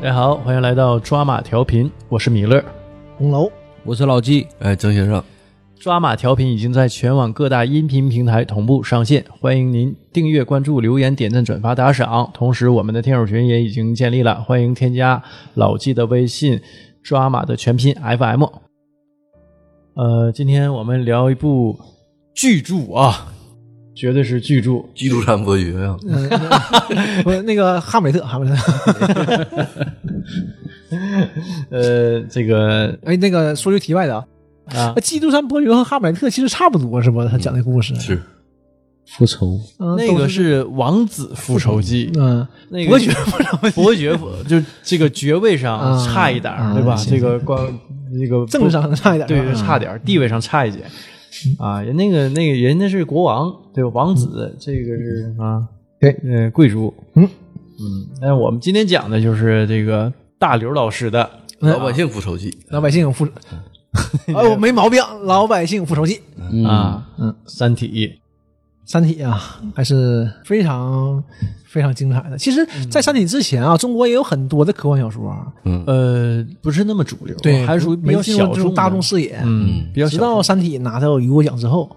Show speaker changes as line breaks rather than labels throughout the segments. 大家好，欢迎来到抓马调频，我是米勒。
红楼，
我是老纪，
哎，曾先生，
抓马调频已经在全网各大音频平台同步上线，欢迎您订阅、关注、留言、点赞、转发、打赏。同时，我们的听友群也已经建立了，欢迎添加老纪的微信“抓马”的全拼 FM。呃，今天我们聊一部巨著啊，绝对是巨著。
基督山伯爵啊，
嗯， 不是那个哈姆雷特，哈姆雷特。
呃，这个
哎，那个说句题外的啊，
啊
《基督山伯爵》和《哈姆雷特》其实差不多是吧？他讲的故事，
嗯是
复仇
嗯
呃那个，是《王子复仇记》
都嗯，
那个
伯爵不知道
伯爵夫就这个爵位上
啊
差一点儿，
啊
对吧？
行
这个光那个
政治上差一点儿
对，
嗯
差点儿地位上差一截啊。人那个那个人家是国王，对吧？王子，这个是啊，
对
呃，贵族，
嗯
嗯。但是我们今天讲的就是这个大刘老师的
老百姓复仇记，
老百姓复，
嗯
哎，我没毛病，《老百姓复仇记》《
啊，
啊，嗯，《三体
三体》啊，还是非常非常精彩的。其实，
嗯
在《三体》之前啊，中国也有很多的科幻小说啊，》，
呃，不是那么主流，啊还
还
是属于比较
进入
小
这
众
种
的
大众，视野。
嗯，比较
直
小
到
众嗯
《三体》拿到雨果奖之后，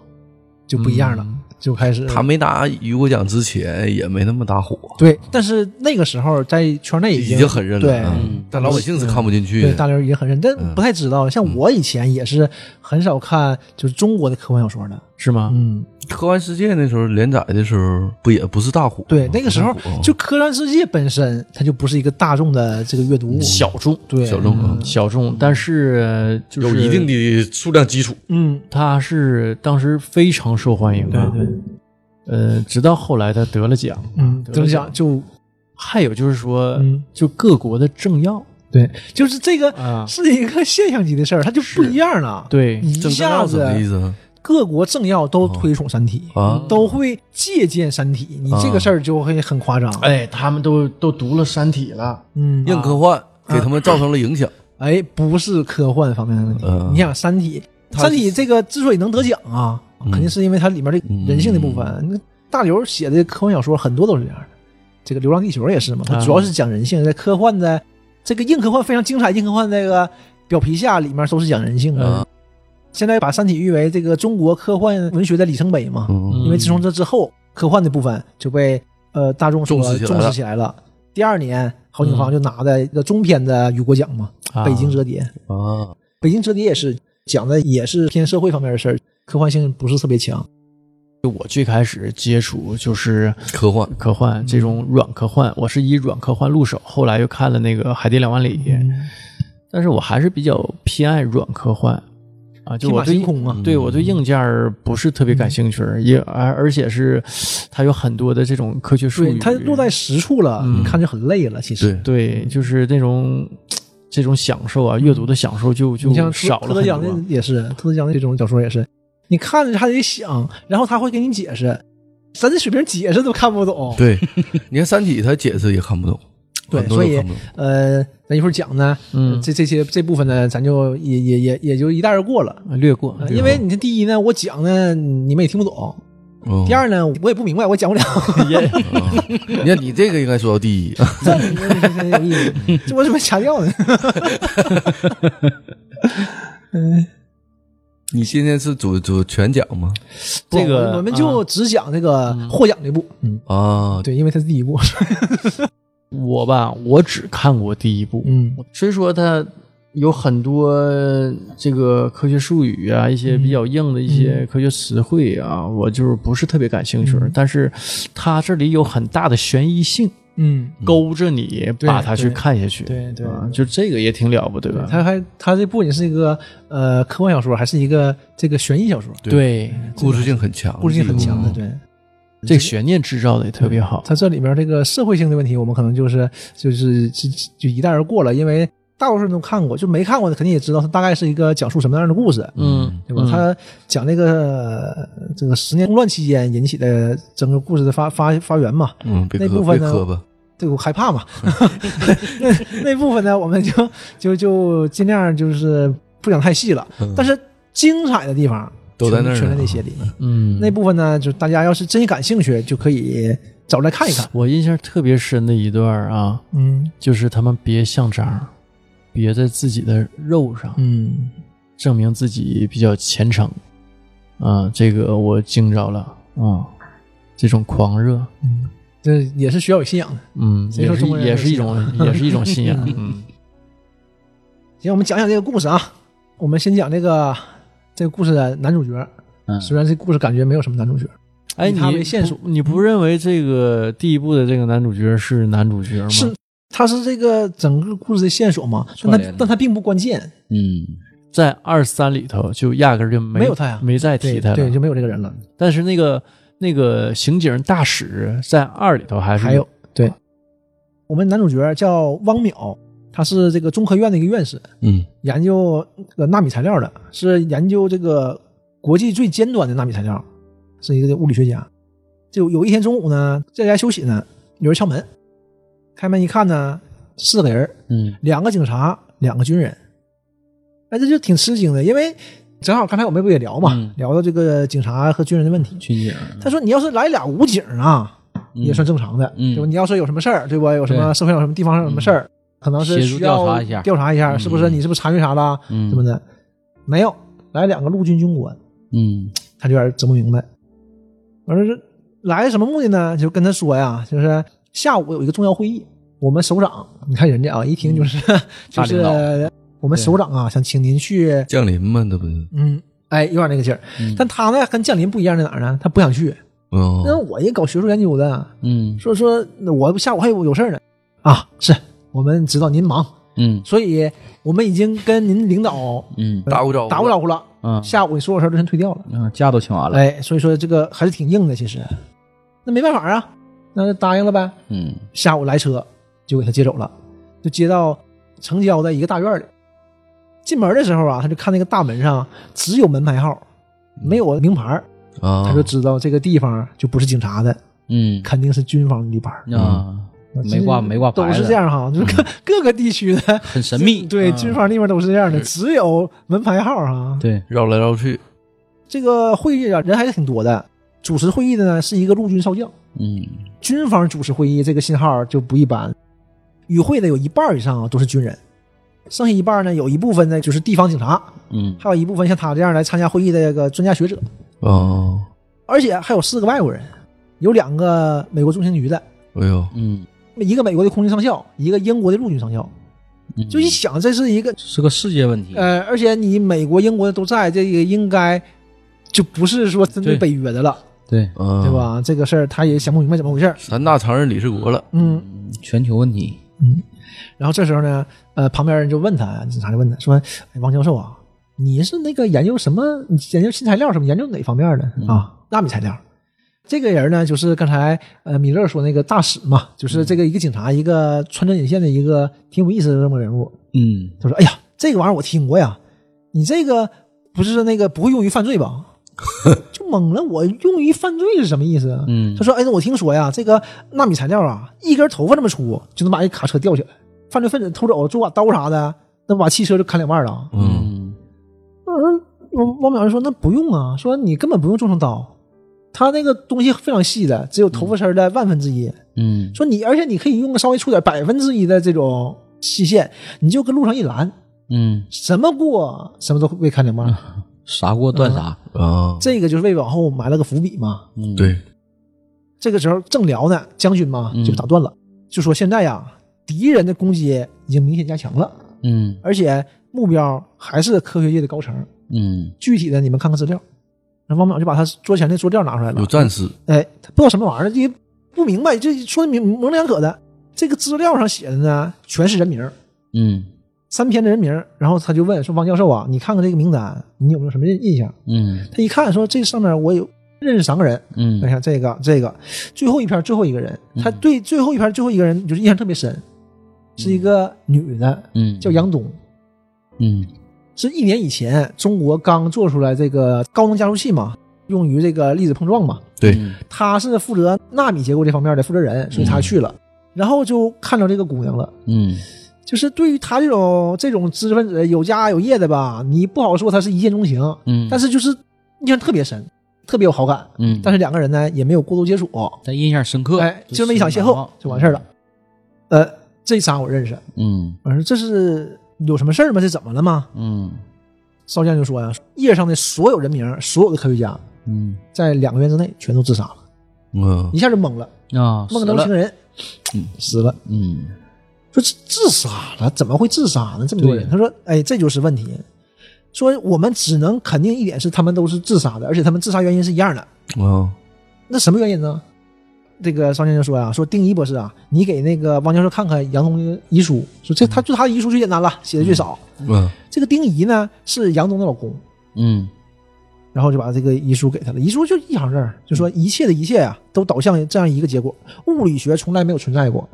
就不一样了，就开始
他没拿雨果奖之前也没那么大火，
对，但是那个时候在圈内已
已
经
经很认
对
了，嗯但老百姓是看不进去
对大
的。
刘也很认，但不太知道。像我以前也是很少看就是中国的科幻小说的，
是吗？
嗯，
科幻世界那时候连载的时候，不也不是大火吗？
对，那个时候
不是大火
就《科幻世界》本身它就不是一个大众的这个阅读物，
小众，
对嗯
小众啊，
小众，但是就是
有一定的数量基础。
嗯，
他是当时非常受欢迎
对
的，
对，
呃，直到后来他得了奖，
嗯，
得
怎
了
么讲就
还有就是说，
嗯
就各国的政要
对，就是这个
啊
是一个现象级的事儿，它就不一样了，，
对
一
政
下
什
子
么意思啊？
各国政要都推崇《三体》
啊
都会借鉴《三体》，你这个事儿就会很夸张，
哎，他们都都读了《三体》了，
嗯，
硬科幻给他们造成了影响。
哎，不是科幻方面的问题。
嗯
你想《三体》，《三体》这个之所以能得奖啊，
嗯
肯定是因为它里面的人性的部分。那大刘写的科幻小说很多都是这样的，这个《流浪地球》也是嘛，
嗯
它
啊
主要是讲人性，在科幻的这个硬科幻非常精彩，硬科幻那个表皮下里面都是讲人性的。
嗯
现在把《三体》誉为这个中国科幻文学的里程碑嘛，
嗯，
因为自从这之后，科幻的部分就被呃大众所
重视起来
重
了嗯
视起来了。第二年，郝景芳就拿的一个中篇的雨果奖嘛，
啊
北京折叠》。
啊，
北京折叠也是讲的也是偏社会方面的事儿，科幻性不是特别强。
我最开始接触就是
科幻
科幻这种软科幻，我是以软科幻入手，后来又看了那个《海底两万里》
嗯
但是我还是比较偏爱软科幻啊，就
天
我
马
对
行空嘛，
对我对硬件儿不是特别感兴趣，也而而且是它有很多的这种科学术
对
语，嗯
它落在实处了，你看就很累了。其实
对，
对，就是那种这种享受啊，阅读的享受就就
嗯你像
少了
特德
很
奖的
多。啊
也是，特德奖的这种小说也是，你看着还得想，然后他会给你解释，咱这水平解释都看不懂。
对，你看《三体》，他解释也看不懂，
对
很多
所以
都看不懂。
呃，咱一会儿讲呢，
嗯
这这些这部分呢，咱就也也也也就一带而过了。
略过，
呃因为你这第一呢，我讲呢你们也听不懂；
哦
嗯
第二呢，我也不明白，我也讲不了。
啊你看你这个应该说到第一，
这你这有意思，这我怎么强调呢？
你今天是主主全奖吗？
这个
不我们就只讲这个获奖这部，嗯，
啊，
对，因为它是第一部，
我吧，我只看过第一部，
嗯
虽说它有很多这个科学术语啊，一些比较硬的一些
嗯
科学词汇啊，我就是不是特别感兴趣。但是它这里有很大的悬疑性，
嗯，
勾着你把它去看下去。
对对
啊，就这个也挺了不得的。
啊
它还它这不仅是一个呃科幻小说，还是一个这个悬疑小说，
对，
故事性很强，
故事性很强的，对。
这个悬念制造的也特别好。
它这里面这个社会性的问题，我们可能就是就是就就一带而过了，因为大多数人都看过，就没看过的肯定也知道它大概是一个讲述什么样的故事，
嗯，
对吧？
嗯
他讲那个呃这个十年动乱期间引起的整个故事的发发发源嘛，
嗯，别
那部
磕
分
别
呢
磕吧，
对我害 怕嘛。 那那部分呢，我们就就就尽量就是不讲太细了，但是精彩的地方
嗯都在那儿呢
全全在那些里。
嗯，
那部分呢，就大家要是真感兴趣，就可以找来看一看。
我印象特别深的一段儿啊，
嗯
就是他们别象章，别在自己的肉上，
嗯
证明自己比较虔诚。啊，这个我惊着了啊，这种狂热，
嗯，这也是需要有信仰的。
嗯，
谁
也
说
是
中国人
也
有
是一
信仰
种 也是一种信 仰，嗯
行，我们讲讲这个故事啊。我们先讲这个这个故事的男主角，
嗯
虽然这故事感觉没有什么男主角，
哎，
以
你
他为线
不
索
你不认为这个第一部的这个男主角是男主角吗？
是他是这个整个故事的线索嘛？但
串联
他
的
但他并不关键，
嗯，
在二三里头就压根儿就没
没有他呀
没再提
对
他
对，
了。
就没有这个人了。
但是那个那个刑警大使在二里头还是啊
还有对，我们男主角叫汪淼，他是这个中科院的一个院士，
嗯
研究呃纳米材料的，是研究这个国际最尖端的纳米材料，是一个物理学家。就有一天中午呢，在家休息呢，有人敲门，开门一看呢，四个人儿，
嗯，
两个警察，两个军人。哎，这就挺吃惊的，因为正好刚才我们不也聊嘛，
嗯
聊到这个警察和军人的问题。
军警，
他说：“你要是来俩武警啊，也算正常的，
嗯
对吧？你要是有什么事儿，对吧？有什
对嗯
么社会上有什么地方上有什么事儿，可能是
协助
需要
调查一下
调查一下是不是
嗯
你是不是参与啥了，
嗯
什么的？没有，来两个陆军军官，
嗯
他就有点整不明白。我说这来什么目的呢？就跟他说呀，就是下午有一个重要会议，我们首长，你看人家啊，一听就是、 就
嗯大领
是我们首长啊，想请您去，
降临嘛，这不是，
嗯，哎，有点那个劲儿。
嗯哦
但他呢，跟降临不一样在哪儿呢？他不想去。那
嗯，
我也搞学术研究的，
嗯
说说那我下午还有有事儿呢。啊，是我们知道您忙，
嗯
所以我们已经跟您领导
嗯
打过招呼，
打过招呼了。
嗯，
下午所有事儿都先推掉了。
嗯假都请完了，
哎，所以说这个还是挺硬的，其实。那没办法啊，那就答应了呗。
嗯
下午来车就给他接走了，就接到城郊的一个大院里。进门的时候啊，他就看那个大门上只有门牌号，没有名牌儿，
啊，
他就知道这个地方就不是警察的，
嗯
肯定是军方地盘儿。
嗯
啊，没挂没挂牌
都
子
是这，样哈，就是各 各个地区的
很 神秘，
对
嗯
军方地方都是这样的，只有门牌号哈。
对，
绕来绕去，
这个会议啊，人还是挺多的。主持会议的呢是一个陆军少将，
嗯
军方主持会议这个信号就不一般。与会的有一半以上啊都是军人，剩下一半呢有一部分呢就是地方警察，
嗯
还有一部分像他这样来参加会议的这个专家学者，
啊，
而且还有四个外国人，有两个美国中情局的，
哎呦，
嗯，
一个美国的空军上校，一个英国的陆军上校。
嗯
就一想，这是一个
是个世界问题，
呃，而且你美国、英国都在，这个应该就不是说针对嗯
对
北约的了，
对，
啊，
对？吧？这个事儿他也想不明白怎么回事儿。
三大常任理事国了，
嗯，
嗯全球问题，
然后这时候呢，呃，旁边人就问他，警察就问他说：“哎，王教授啊，你是那个研究什么？你研究新材料什么？研究哪方面的、啊？纳米材料。”这个人呢，就是刚才呃米勒说那个大使嘛，就是这个一个警察，一个穿针引线的一个挺有意思的这么个人物。
嗯
他说：“哎呀，这个玩意儿我听过呀，你这个不是那个不会用于犯罪吧？” 就懵了，我用于犯罪是什么意思啊？
嗯
他说：“哎，那我听说呀，这个纳米材料啊，一根头发这么粗就能把一卡车吊起来，犯罪分子偷走做把刀啥的，那把汽车就砍两半了。
嗯，
嗯
嗯”汪汪淼就说：“那不用啊，说你根本不用做成刀，他那个东西非常细的，只有头发丝儿的万分之一。
嗯
说你，而且你可以用个稍微粗点百分之一的这种细线，你就跟路上一拦，
嗯，
什么过什么都被看两半儿，
啥锅
嗯
断啥，
啊，
这个就是为往后埋了个伏笔嘛。
嗯
对，
这个时候正聊呢，将军嘛
嗯
就打断了，就说现在呀，敌人的攻击已经明显加强了，
嗯
而且目标还是科学界的高层。
嗯
具体的你们看看资料。那汪淼就把他桌前的桌调拿出来
有
了，
战士，
哎，他不知道什么玩意儿，这不明白，这说明模棱两可的。这个资料上写的呢，全是人名儿，
嗯
三篇的人名儿。然后他就问说：“王教授啊，你看看这个名单，你有没有什么印印象？”
嗯
他一看说这上面我有认识三个人，
嗯
你看这个这个最后一篇最后一个人，他对最后一篇最后一个人就是印象特别深，是一个女的
嗯，
叫杨冬，
嗯
是一年以前中国刚做出来这个高能加速器嘛，用于这个粒子碰撞嘛，
对，
嗯
他是负责纳米结构这方面的负责人，所以他去了，然后就看到这个姑娘了。
嗯
就是对于他这种这种知识分子有家有业的吧，你不好说他是一见钟情，
嗯，
但
是
是就是印象特别深。特别有好感，
嗯，
但
是
是两个人呢也没有过度接触，
他印象深刻，
哎，就
这
这么一场邂逅就完事儿了。。呃，这仨我认识，
嗯
我说这是有什么事儿吗？这怎么了吗？
嗯
少将就说呀、页上的所有人名，所有的科学家，
嗯
在两个月之内全都自杀了，
嗯
一下就懵了，
啊，
梦
死
中
了
情人，死了。
嗯
说自自杀了，怎么会自杀呢？这么多人，
对
他说，哎，这就是问题。说我们只能肯定一点是他们都是自杀的，而且他们自杀原因是一样的。
啊
那什么原因呢？这个商先生说呀、说丁一博士啊，你给那个汪教授看看杨东的遗书，说这他就他的遗书最简单了，写的最少。
嗯
这个丁一呢是杨东的老公，
嗯
然后就把这个遗书给他了。遗书就一行字儿，就说一切的一切啊，都导向这样一个结果，物理学从来没有存在过，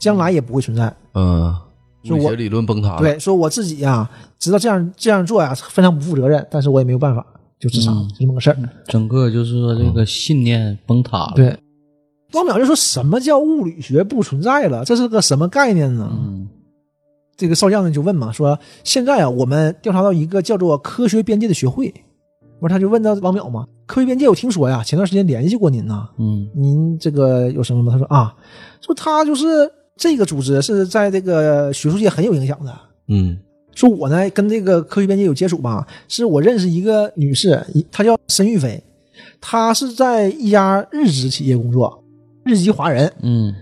将来也不会存在。
嗯，
就
物理
我
学理论崩塌了。
对，说我自己呀、知道这样这样做呀、非常不负责任，但是我也没有办法，就自杀了，
嗯
就这么个事儿。
整个就是说这个信念崩塌了。，
对，汪淼就说什么叫物理学不存在了？这是个什么概念呢？
嗯
这个少将呢就问嘛，说现在啊，我们调查到一个叫做科学边界的学会，完他就问到汪淼嘛，科学边界我听说呀，前段时间联系过您呐、
嗯
您这个有什么吗？他说啊，说他就是这个组织是在这个学术界很有影响的，
嗯
说我呢跟这个科学边界有接触吧，是我认识一个女士，一她叫申玉飞，她是在一家日资企业工作，日籍华人。
嗯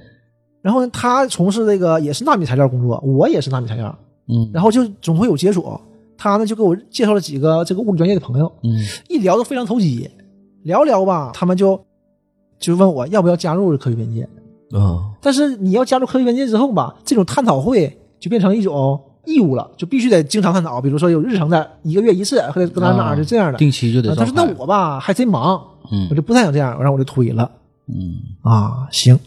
然后呢，她从事这个也是纳米材料工作，我也是纳米材料，
嗯，
然后就总会有接触。她呢就给我介绍了几个这个物理专业的朋友，
嗯
一聊都非常投机，聊聊吧，他们就就问我要不要加入科学边界。
啊
但是你要加入科学边界之后吧，这种探讨会就变成一种义务了，就必须得经常探讨。比如说有日常的，一个月一次，或者搁哪哪儿
啊
就这样的。
定期就
啊
得。
他说：“那我吧还贼忙，
嗯
我就不太想这样，然后我就推了
嗯
啊。行，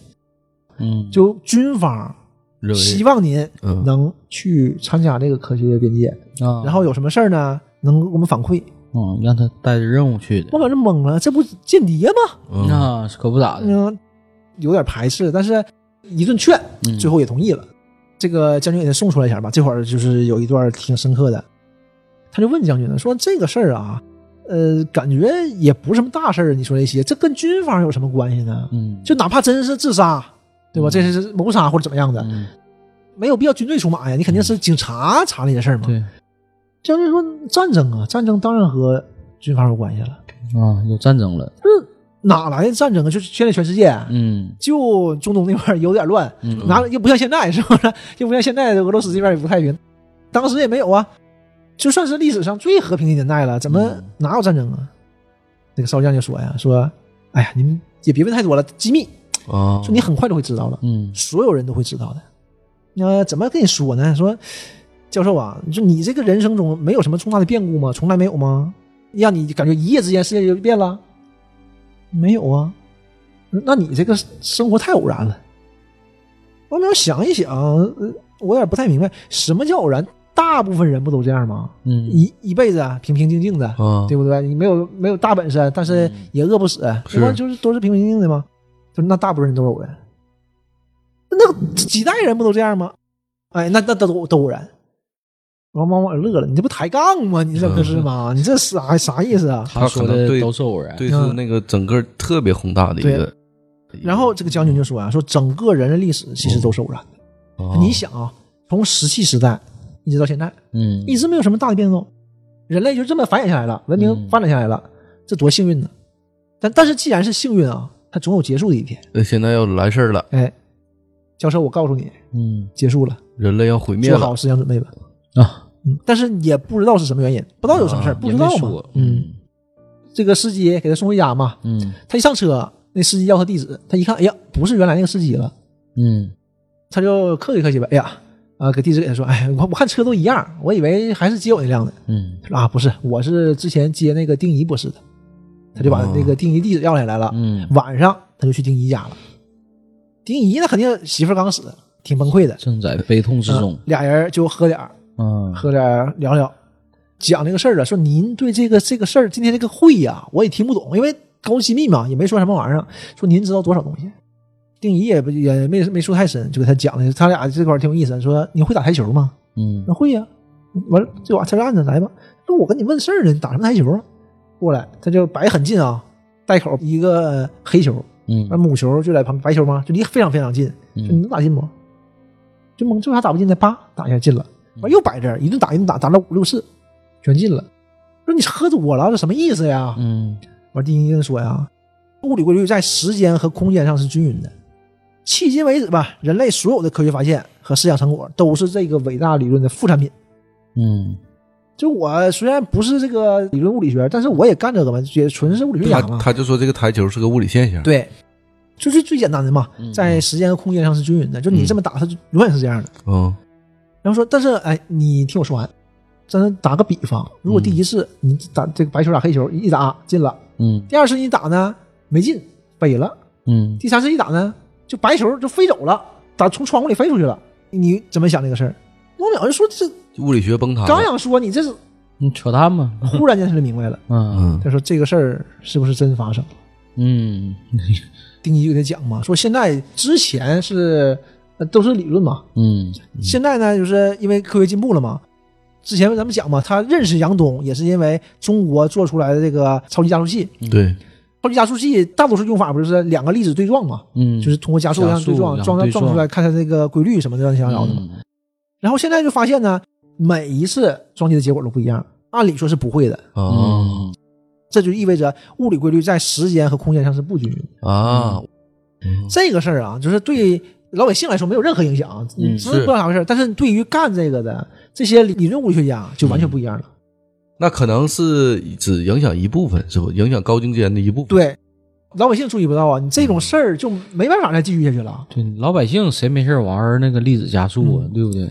嗯，
就军方
认
希
为
望您
嗯
能去参加这个科学边界，
啊，
然后有什么事儿呢能给我们反馈。
嗯，让他带着任务去的
我。可是懵了，这不间谍吗？
嗯
那可不咋的，
嗯，有点排斥，但是一顿劝，
嗯
最后也同意了。这个将军给他送出来一下吧，这会儿就是有一段挺深刻的，他就问将军了，说这个事儿啊，呃，感觉也不是什么大事儿啊，你说这些，这跟军方有什么关系呢？
嗯，
就哪怕真是自杀，对吧？这是谋杀或者怎么样的，
嗯
没有必要军队出马呀，你肯定是警察查这些事儿嘛。
对
将军说战争啊，战争当然和军方有关系了，
啊，有战争了。
哪来的战争啊？就是现在全世界，
嗯
就中东那块儿有点乱，
嗯
哪又不像现在是不是？又不像现在俄罗斯这边也不太平，当时也没有啊，就算是历史上最和平的年代了，怎么
嗯
哪有战争啊？那个少将就说呀，说，哎呀，您也别问太多了，机密，
啊
说你很快就会知道了，
嗯
所有人都会知道的。那、怎么跟你说呢？说，教授啊，就你这个人生中没有什么重大的变故吗？从来没有吗？让你感觉一夜之间世界就变了？没有啊。那你这个生活太偶然了。我淼想一想，呃我有点不太明白，什么叫偶然？大部分人不都这样吗？
嗯
一一辈子啊平平静静的，
啊
对不对？你没有没有大本事，但是
嗯
也饿不死，
是
对吧？就是都是平平静静的吗？就那大部分人都偶然，那那几代人不都这样吗？哎，那那都都偶然。王王婉乐了，你这不抬杠吗？你这不是
嗯
吗？你这啥啥意思啊？
他说
可能
的
对
都是偶然。
对
嗯
是那个整个特别宏大的一个。
然后这个将军就说啊，说整个人类历史其实都是偶然的。
啊
你想啊，从石器时代一直到现在，
嗯
一直没有什么大的变动，人类就这么繁衍下来了，文明
嗯
发展下来了，这多幸运呢！但但是既然是幸运啊，它总有结束的一天。
呃现在要来事儿了，
哎，教授，我告诉你，
嗯
结束了，
人类要毁灭
做
了
好思想准备吧。
啊，
嗯，但是也不知道是什么原因，不知道有什么事儿，不
也
知
没
道嘛
说。
嗯，这个司机给他送回家嘛，
嗯
他一上车，那司机要他地址，他一看，哎呀，不是原来那个司机了，
嗯
他就客气客气吧，哎呀，啊、给地址给他说，哎，我我看车都一样，我以为还是接我那辆呢。
嗯
他说啊，不是，我是之前接那个丁仪博士的，他就把那个丁仪地址要下来了。
嗯，
晚上他就去丁仪家了。丁仪那肯定媳妇儿刚死，挺崩溃的。
正在悲痛之中
嗯。俩人就喝点儿，
嗯
喝点儿聊聊，讲这个事儿了。啊说您对这个这个事儿，今天这个会呀、我也听不懂，因为高机密嘛，也没说什么玩意儿。说您知道多少东西？丁仪也不也没没说太深，就给他讲的。他俩这块儿挺有意思，说你会打台球吗？
嗯
那会呀、完了，这把车就按着来吧。说我跟你问事儿呢，你打什么台球啊？过来，他就摆很近啊，带口一个黑球，
嗯
那母球就在旁边，白球嘛，就离非常非常近，就你能打进不？就蒙这为啥打不进呢？叭打一下进了，完又摆这儿，一顿打一顿打，打了五六次，全进了。说你喝多了，这什么意思呀？
嗯
完，丁丁说呀，物理规律在时间和空间上是均匀的。迄今为止吧，人类所有的科学发现和思想成果都是这个伟大理论的副产品。
嗯
就我虽然不是这个理论物理学，但是我也干这个嘛，也纯是物理学
他
家嘛。
啊他就说这个台球是个物理现象，
啊对，就是最简单的嘛，
嗯
在时间和空间上是均匀的，就你这么打，它就永远是这样的。
嗯
然后说，但是哎，你听我说完，咱打个比方，如果第一次你打这个白球打黑球一打进了，
嗯
第二次你打呢没进飞了，
嗯
第三次一打呢就白球就飞走了，打从窗户里飞出去了，你怎么想这个事儿？汪淼就说这
物理学崩塌
刚
了，
想说你这是
你扯淡吧，
忽然间他就明白了，
嗯
嗯
他说这个事儿是不是真发生了？
嗯
丁一就给他讲嘛，说现在之前是、呃都是理论嘛，
嗯
现在呢，就是因为科学进步了嘛。之前咱们讲嘛，他认识杨东也是因为中国做出来的这个超级加速器。
对，
超级加速器大多数用法不就是两个粒子对撞嘛，
嗯，
就是通过加速
加
让
速
对撞，
让
撞
对
撞出来看它这个规律什么的乱七八糟的嘛。
嗯
然后现在就发现呢，每一次撞击的结果都不一样，按理说是不会的，
啊
嗯
这就意味着物理规律在时间和空间上是不均匀的。
啊，
这个事儿啊，就是对老百姓来说没有任何影响啊，
嗯
你知不知道咋回事儿？但是对于干这个的这些理论物理学家就完全不一样了。
那可能是只影响一部分，是不？影响高精尖的一部分。，
对，老百姓注意不到啊，你这种事儿就没办法再继续下去了。
对老百姓谁没事儿玩儿那个粒子加速啊，对不对？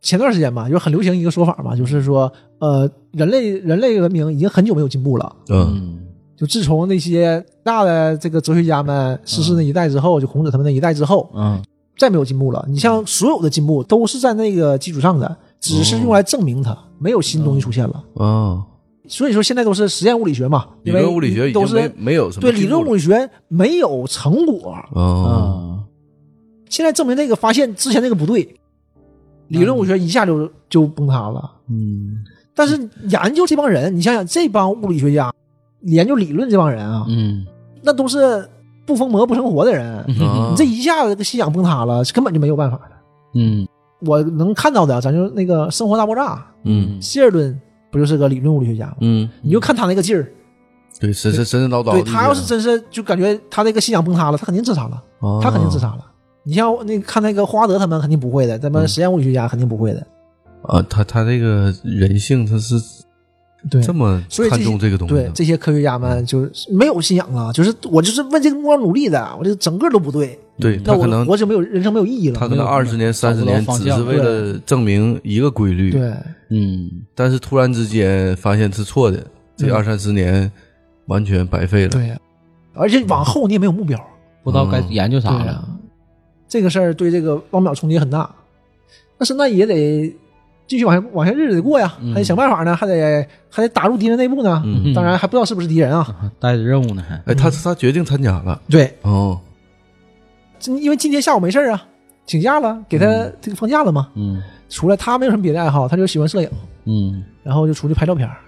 前段时间吧，就是很流行一个说法嘛，就是说，呃，人类人类文明已经很久没有进步了。
嗯
嗯
就自从那些大的这个哲学家们逝世那一代之后，就孔子他们那一代之后，
嗯
再没有进步了。你像所有的进步都是在那个基础上的，只是用来证明它，没有新东西出现了。
啊，
所以说现在都是实验物理学嘛，
理
因为
论物理学已
都
经没
是
没有什么
对理论物
理
理嗯学没有成果，
啊，
啊
现在证明那个发现之前那个不对，理论物理学一下就就崩塌了。
嗯
但是研究这帮人，你想想这帮物理学家研究理论这帮人啊，
嗯
那都是不疯魔不成活的人，
啊
你嗯这一下子这个信仰崩塌了，是根本就没有办法的。
嗯
我能看到的，咱就那个《生活大爆炸
嗯》，
希尔顿不就是个理论物理学家吗？
嗯，
你就看他那个劲儿，
对，神神神神叨叨
对
的。
他要是真是就感觉他那个信仰崩塌了，他肯定自杀了，
啊，
他肯定自杀了。你像那个看那个花德他们肯定不会的，咱
嗯
们实验物理学家肯定不会的。
啊，他他这个人性他是
对
这么啊
所以这
看
些
重这个东西
对
的，
这些科学家
嗯
们就是没有信仰啊，就是我就是为这个目标努力的，我这整个都不对，
对
嗯
他
那
可
我
能
我就没有人生没有意义
他
了。
可能
没有
二十年三十
找不到
年
方
只
向
是为了证明一个规律，
对，
嗯
但是突然之间发现是错的，这
嗯
二三十年完全白费了。
对，啊而且往后你也没有目标。
不知道该
嗯
研究啥
对
了。
啊，这个事儿对这个汪淼冲击很大，但是那也得继续往下往下日子得过呀，还得想办法呢，还得还得打入敌人内部呢。
嗯
当然还不知道是不是敌人啊。
还带着任务呢，还
哎，
嗯
他他决定参加了
对，
哦，
今因为今天下午没事儿啊，请假了，给他这个放假了嘛。
嗯
除了他没有什么别的爱好，他就喜欢摄影，
嗯
然后就出去拍照片儿。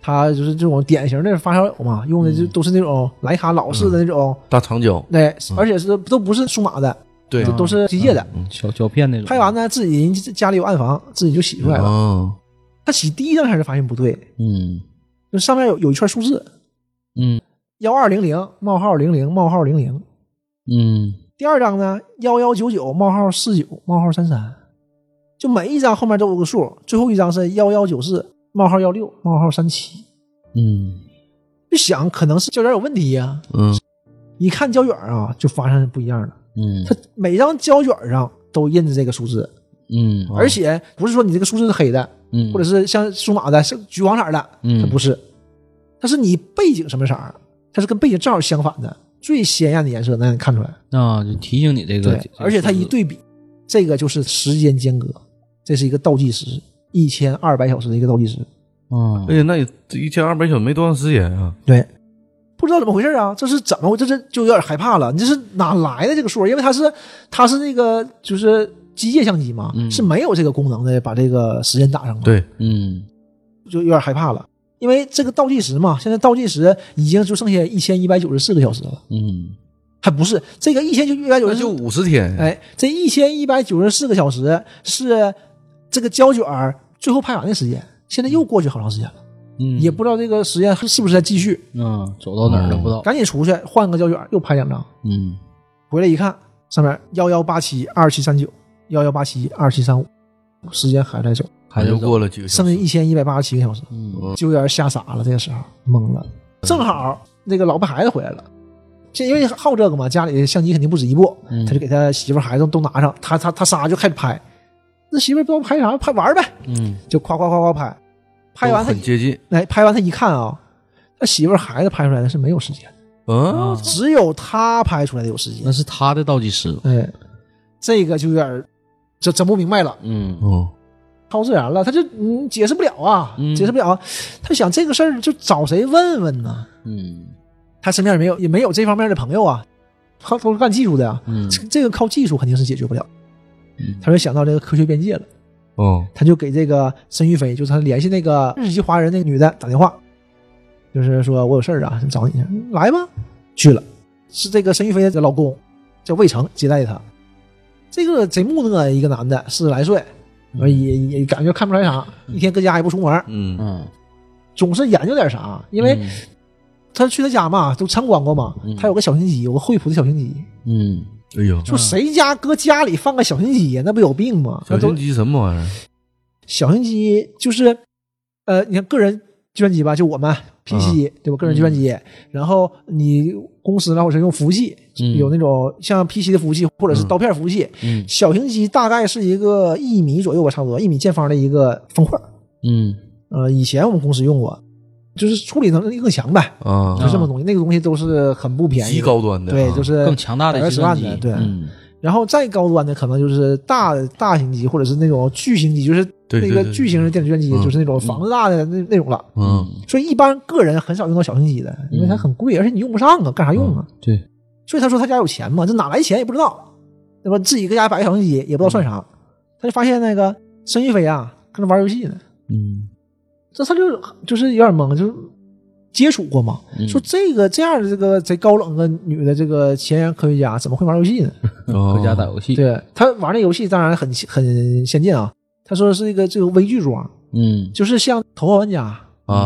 他就是这种典型的发烧友嘛，用的就都是那种徕卡老式的那种，
大长啊焦，
对，而且是都不是数码的，
对
都是机械的。
小胶片那种。
拍完呢，自己人家家里有暗房，自己就洗出来了。
哦，
他洗第一张开始发现不对，
嗯
就上面有有一串数字
嗯
幺二零零冒号零零冒号零零。
嗯
第二张呢幺幺九九冒号四九冒号三三，就每一张后面都有个数，最后一张是幺幺九四冒号幺六冒号三七。
嗯
就想可能是胶卷有问题呀、
嗯
一看胶卷啊就发生不一样了，
嗯
它每张胶卷上都印着这个数字，
嗯
而且不是说你这个数字是黑的，
嗯，
或者是像数码的是橘黄色的，
嗯
它不是，它是你背景什么色儿，它是跟背景正好相反的，最鲜艳的颜色能让你看出来。
啊，就提醒你这个
对，，而且它一对比，这个就是时间间隔，这是一个倒计时，一千二百小时的一个倒计时。
啊
哎，呀，那也一千二百小时没多长时间啊，
对，不知道怎么回事啊，这是怎么回？这是就有点害怕了。你这是哪来的这个数？因为它是它是那个就是机械相机嘛，是没有这个功能的，把这个时间打上的，
对，
嗯
就有点害怕了。因为这个倒计时嘛，现在倒计时已经就剩下一千一百九十四个小时了，
嗯，
还不是这个一千一百九
那
十
就
四，
五十天，
哎，这一千一百九十四个小时是这个胶卷儿最后拍完的时间，现在又过去好长时间了，
嗯
也不知道这个时间是不是在继续，
嗯，走到哪儿都不知道。
赶紧出去换个胶卷儿又拍两张，
嗯
回来一看上面幺幺八七二七三九幺幺八七二七三五，时间还在走，
还就过了几个小
剩下
时。
一千一百八十七个小时。
嗯
嗯
就有点吓傻了。这个时候懵了，正好那个老婆孩子回来了，这因为好这个嘛，家里相机肯定不止一部，
嗯
他就给他媳妇儿孩子都拿上，他他他仨就开始拍。那媳妇儿不知道拍啥，拍玩儿呗，
嗯
就夸夸夸夸拍，拍完
都
他
很接近，
哎，拍完他一看啊，他媳妇儿孩子拍出来的是没有时间，
嗯，
啊，
只有他拍出来的有时
那
间。
是他的倒计时。
哎，这个就有点儿这整不明白了。
嗯
哦，
超自然了，他就嗯解释不了啊，
嗯
解释不了啊。他想这个事儿就找谁问问呢？
嗯
他身边也没有也没有这方面的朋友啊，他都是干技术的呀、
嗯
这这个靠技术肯定是解决不了。
嗯
他就想到这个科学边界了，
哦，
他就给这个申玉飞，就是他联系那个日籍华人那个女的打电话，就是说我有事儿啊，想找你去，来吧。去了，是这个申玉飞的老公叫魏成接待他。这个贼木讷一个男的，四十来岁，也也也感觉看不出来啥，一天搁家也不出门，
嗯
嗯，
总是研究点啥，因为他去他家嘛，都参观过嘛，
嗯
他有个小型机，有个惠普的小型机，
嗯
哎呦，
就谁家搁家里放个小型机，那不有病吗？那
小
都
型机什么玩意儿？
小型机就是，呃，你看个人计算机吧，就我们
啊
PC、对吧？个人计算机，然后你公司呢，或者是用服务器，
嗯
有那种像 PC 的服务器或者是刀片服务器。
嗯
小型机大概是一个一米左右吧，差不多一米见方的一个方块。
嗯
呃，以前我们公司用过，就是处理能力更强呗，
啊，
就这么东西。那个东西都是很不便宜的，
极高端的啊，
对，就是
更强大的计
20
算
万
机
的，对。
嗯
然后再高端的可能就是大大型机，或者是那种巨型机，就是
对
那
对
个
对
巨型的电子计算机，
嗯
就是那种房子大的那那种了。
嗯，
所以一般个人很少用到小型机的，因为它很贵，而且你用不上啊，干啥用啊？
嗯
对。
所以他说他家有钱嘛，这哪来钱也不知道，对吧？自己搁家摆个小型机也不知道算啥，他就发现那个申一飞啊，跟那玩游戏呢，
嗯
这他就就是有点懵，就是接触过嘛，
嗯
说这个这样的这个贼高冷的女的这个前沿科学家怎么会玩游戏呢？
哦
回家打游戏。
对他玩那游戏当然很很先进啊，他说是一个这个微剧装，
嗯
就是像《头号玩家
啊》，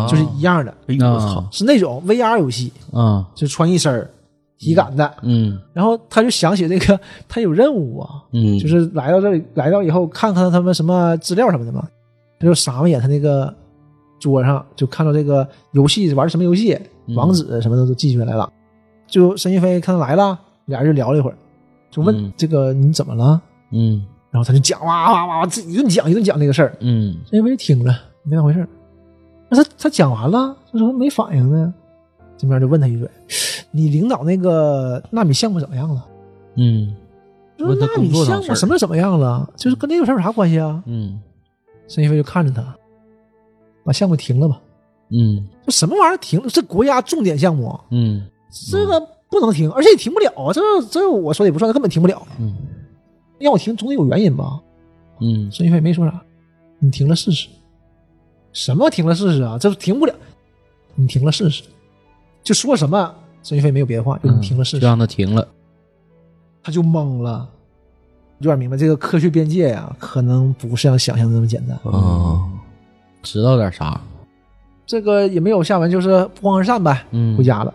嗯就是一样的，
哎呦我操，
是那种 VR 游戏，
啊
就穿一身儿体感的。
嗯
然后他就想起这个，他有任务啊，
嗯，
就是来到这里，来到以后看看他们什么资料什么的嘛，他就傻了眼，他那个桌上就看到这个游戏玩什么游戏，
嗯
网址什么的都记下来了。就申一飞看他来了，俩人就聊了一会儿，就问
嗯
这个你怎么了？
嗯
然后他就讲哇哇哇哇，自己一顿讲一顿讲这个事儿，
嗯
这回听着没当回事儿。那他他讲完了，他怎么没反应呢？这边就问他一嘴：“你领导那个纳米项目怎么样了？”
嗯
就
问
是
他
纳
工
米
作
项
上事
目
儿
什么怎么样了？就是跟这个事儿有啥关系啊？
嗯
申一飞就看着他，把项目停了吧。
嗯
这什么玩意儿停了？这国家重点项目，啊
嗯
这个不能停，而且也停不了啊！这这我说的也不算，他根本停不了。
嗯
让我停总得有原因吧？
嗯
孙一飞没说啥，你停了试试。什么停了试试啊？这停不了，你停了试试。就说什么孙一飞没有别的话，
嗯
就你停了试试，
就让他停了。
他就懵了，有点明白这个科学边界呀、可能不是像想象的那么简单。
啊，
知道点啥？
这个也没有下文，就是不欢而散呗。
嗯，
回家了，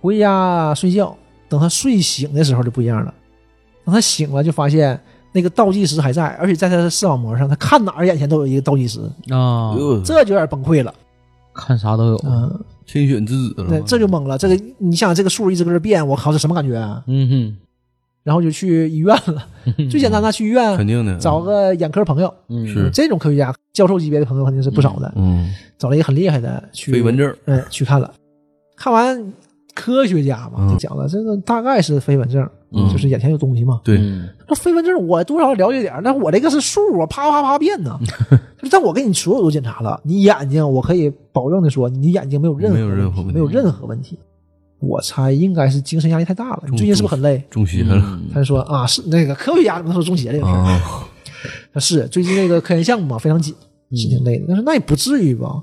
回家睡觉。等他睡醒的时候就不一样了，等他醒了就发现那个倒计时还在，而且在他的视网膜上，他看哪儿眼前都有一个倒计时，
啊，
呦
这就有点崩溃了。
看啥都有。
嗯，
天选之子了
对，
吗，
这就懵了。这个你想，这个数一直搁这变，我靠，这什么感觉、啊？
嗯
然后就去医院了，
嗯
哼，
最简单的去医
肯
院
定的，
找个眼科朋友，
嗯
是
这种科学家、教授级别的朋友肯定是不少的。
嗯，
找了一个很厉害的去
飞蚊症，
嗯，去看了，看完科学家嘛，
嗯
就讲了这个大概是飞蚊症，
嗯
就是眼前有东西嘛。
对，
嗯
那飞蚊症我多少了解点儿，那我这个是数啊，啪啪啪变 呢。就是但我给你所有都检查了，你眼睛我可以保证的说，你眼睛没有任何
没有任何
问
问
题
题
没有任何问题。我猜应该是精神压力太大了。你最近是不是很累？
中邪了
他就说啊，是那个科学家怎么能说中邪这个事儿？
啊，
他是最近那个科研项目嘛，非常紧，是挺累的。但是那也不至于吧？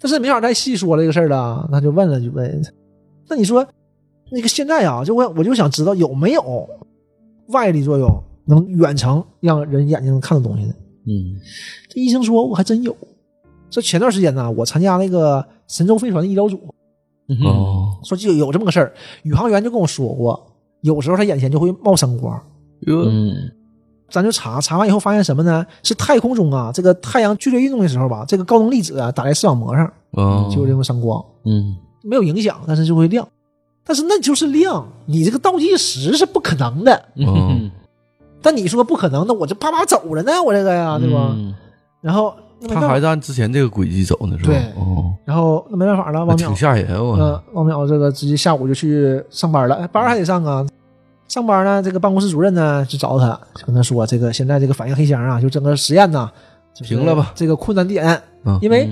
但是没法再细说这个事儿了，那就问了就问。那你说那个现在啊，就我我就想知道有没有外力作用能远程让人眼睛能看到东西的？
嗯
这医生说我还真有。这前段时间呢，我参加那个神舟飞船的医疗组，
嗯哼
哦，
说就有这么个事儿，宇航员就跟我说过，有时候他眼前就会冒生光。
哟，
嗯
咱就查查完以后发现什么呢？是太空中啊，这个太阳剧烈运动的时候吧，这个高能粒子啊打在视网膜上，
哦，
就有这种闪光，
嗯
没有影响，但是就会亮。但是那就是亮，你这个倒计时是不可能的。
嗯
但你说不可能，那我就啪啪走着呢，我这个呀，对吧？
嗯
然后那没
他
办法
还是按之前这个轨迹走呢，是吧？
对
哦，
然后那没办法了，
那
王淼
挺，吓人，啊
嗯、
我
王淼这个直接下午就去上班了，哎班儿还得上啊。上班呢，这个办公室主任呢就找他，就跟他说，这个现在这个反应黑箱啊，就整个实验呐，就是
停了吧
这个困难点，
嗯
因为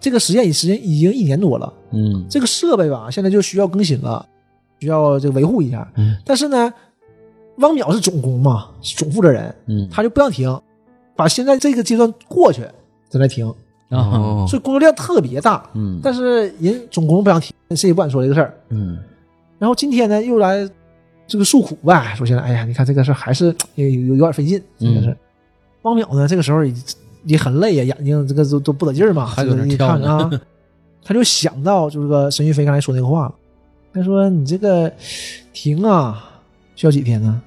这个实验已时间已经一年多了，
嗯
这个设备吧现在就需要更新了，需要这个维护一下。
嗯
但是呢，汪淼是总工嘛，是总负责人，
嗯
他就不让停，把现在这个阶段过去再来停，
啊
哦，
所以工作量特别大。
嗯
但是人总工不让停，谁也不敢说这个事儿。
嗯
然后今天呢，又来这个诉苦吧，说现在哎呀，你看这个事儿还是有有有点费劲，
嗯
这个事儿。汪淼呢，这个时候也也很累呀，眼睛这个都都不得劲儿嘛，
还搁那儿
这个一
跳
看
呢
啊，他就想到就是个沈玉飞刚才说那个话了，他说你这个停啊，需要几天呢？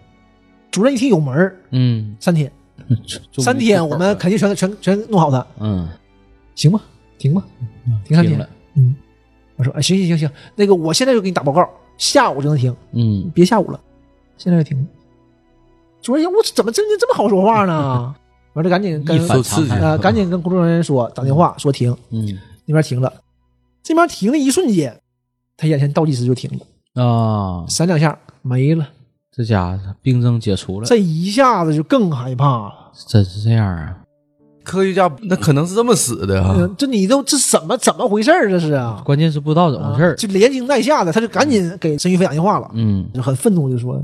主任一听有门儿，
嗯，
三天，三天我们肯定全全全弄好它，
嗯
行吧？停吧，停三天
了。
嗯，我说啊，行行行行，那个我现在就给你打报告，下午就能停。
嗯
别下午了，现在就停。主任，我怎么这这么好说话呢？完了，赶紧跟
一反
受刺激
常态
呃，赶紧跟工作人员说打电话说停，
嗯
那边停了，这边停的一瞬间，他眼前倒计时就停了，
啊，
闪两下没了，
这家伙病症解除了，
这一下子就更害怕了。
真是这样啊！
科学家那可能是这么死的啊
嗯、，这你都这怎么怎么回事儿？这是啊，
关键是不知道怎么回事
啊
儿。
就连惊带吓的，他就赶紧给申玉飞打电话了，
嗯
就很愤怒就说：“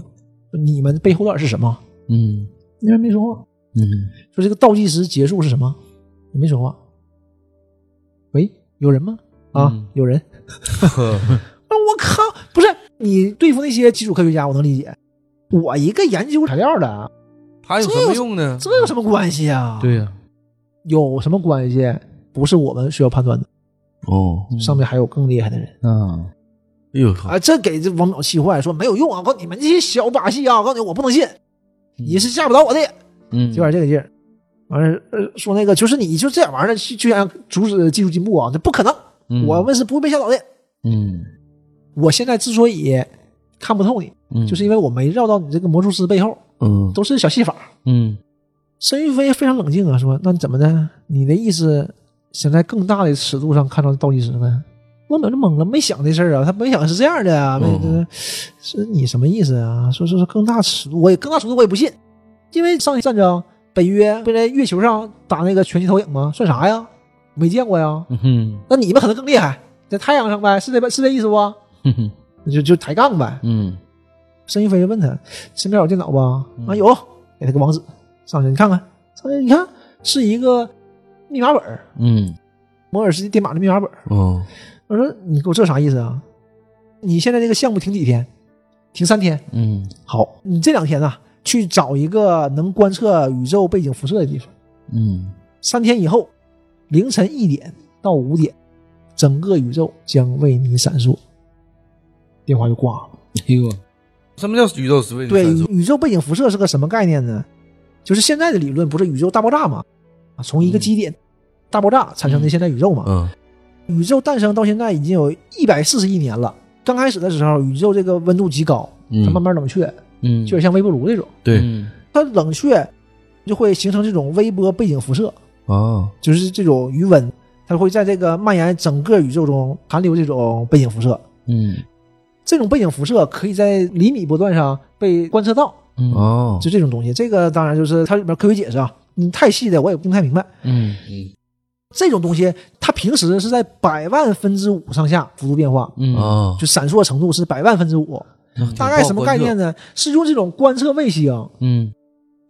你们背后到底是什么
嗯？”
那边没说话，
嗯
说这个倒计时结束是什么？你没说话。喂，有人吗？啊，
嗯
有人。啊，我靠，不是你对付那些基础科学家，我能理解。我一个研究材料 的，啊
他有什么用呢？
这有什么关系啊？，
对呀，
有什么关系？不是我们需要判断的，
哦，
嗯
上面还有更厉害的人、
嗯
哎呦，
啊！这给这王淼气坏，说没有用啊！我告诉你们这些小把戏啊，我告诉你，我不能信，你是吓不倒我的。
嗯，
就点这个劲儿。完了，呃，说那个就是你就这样玩意儿，去去想阻止技术进步啊，这不可能，
嗯
我们是不会被吓倒的。
嗯
我现在之所以看不透你，
嗯，
就是因为我没绕到你这个魔术师背后，
嗯，
都是小戏法。
嗯
申玉飞非常冷静啊，说：“那怎么的？你的意思想在更大的尺度上看到倒计时呢？”我怎么就懵了？没想这事儿啊，他没想是这样的啊，没、
嗯
是你什么意思啊？说说说更大尺度，我也更大尺度我也不信，因为上一战争，北约不是在月球上打那个全息投影吗？算啥呀？没见过呀。
嗯哼
那你们可能更厉害，在太阳上呗，是这是这意思不？
哼哼
就就抬杠呗。
嗯
申一飞就问他身边有电脑吧？啊有，给他个网址，上去你看看，上去你看是一个密码本儿，
嗯
摩尔世界电码的密码本儿。
哦，
我说你给我这啥意思啊？你现在这个项目停几天？停三天。
嗯
好，你这两天呐，去找一个能观测宇宙背景辐射的地方。
嗯
三天以后，凌晨一点到五点，整个宇宙将为你闪烁。电话就挂了。
哎呦，
什么叫宇宙十位
对，
战术
宇宇宙背景辐射是个什么概念呢？就是现在的理论不是宇宙大爆炸嘛？啊从一个基点大爆炸产生的现在宇宙嘛？
嗯，
宇宙诞生到现在已经有一百四十亿年了。刚开始的时候，宇宙这个温度极高，
嗯
它慢慢冷却，
嗯，
就有点像微波炉这种。
对
嗯
它冷却就会形成这种微波背景辐射，
啊，
就是这种余温，它会在这个蔓延整个宇宙中残留这种背景辐射。
嗯
这种背景辐射可以在厘米波段上被观测到，
嗯
哦，
就这种东西，这个当然就是它里面科学解释啊，你太细的我也不太明白。
嗯
这种东西它平时是在百万分之五上下幅度变化，
嗯
啊，
就闪烁程度是百万分之五，大概什么概念呢？是用这种观测卫星
嗯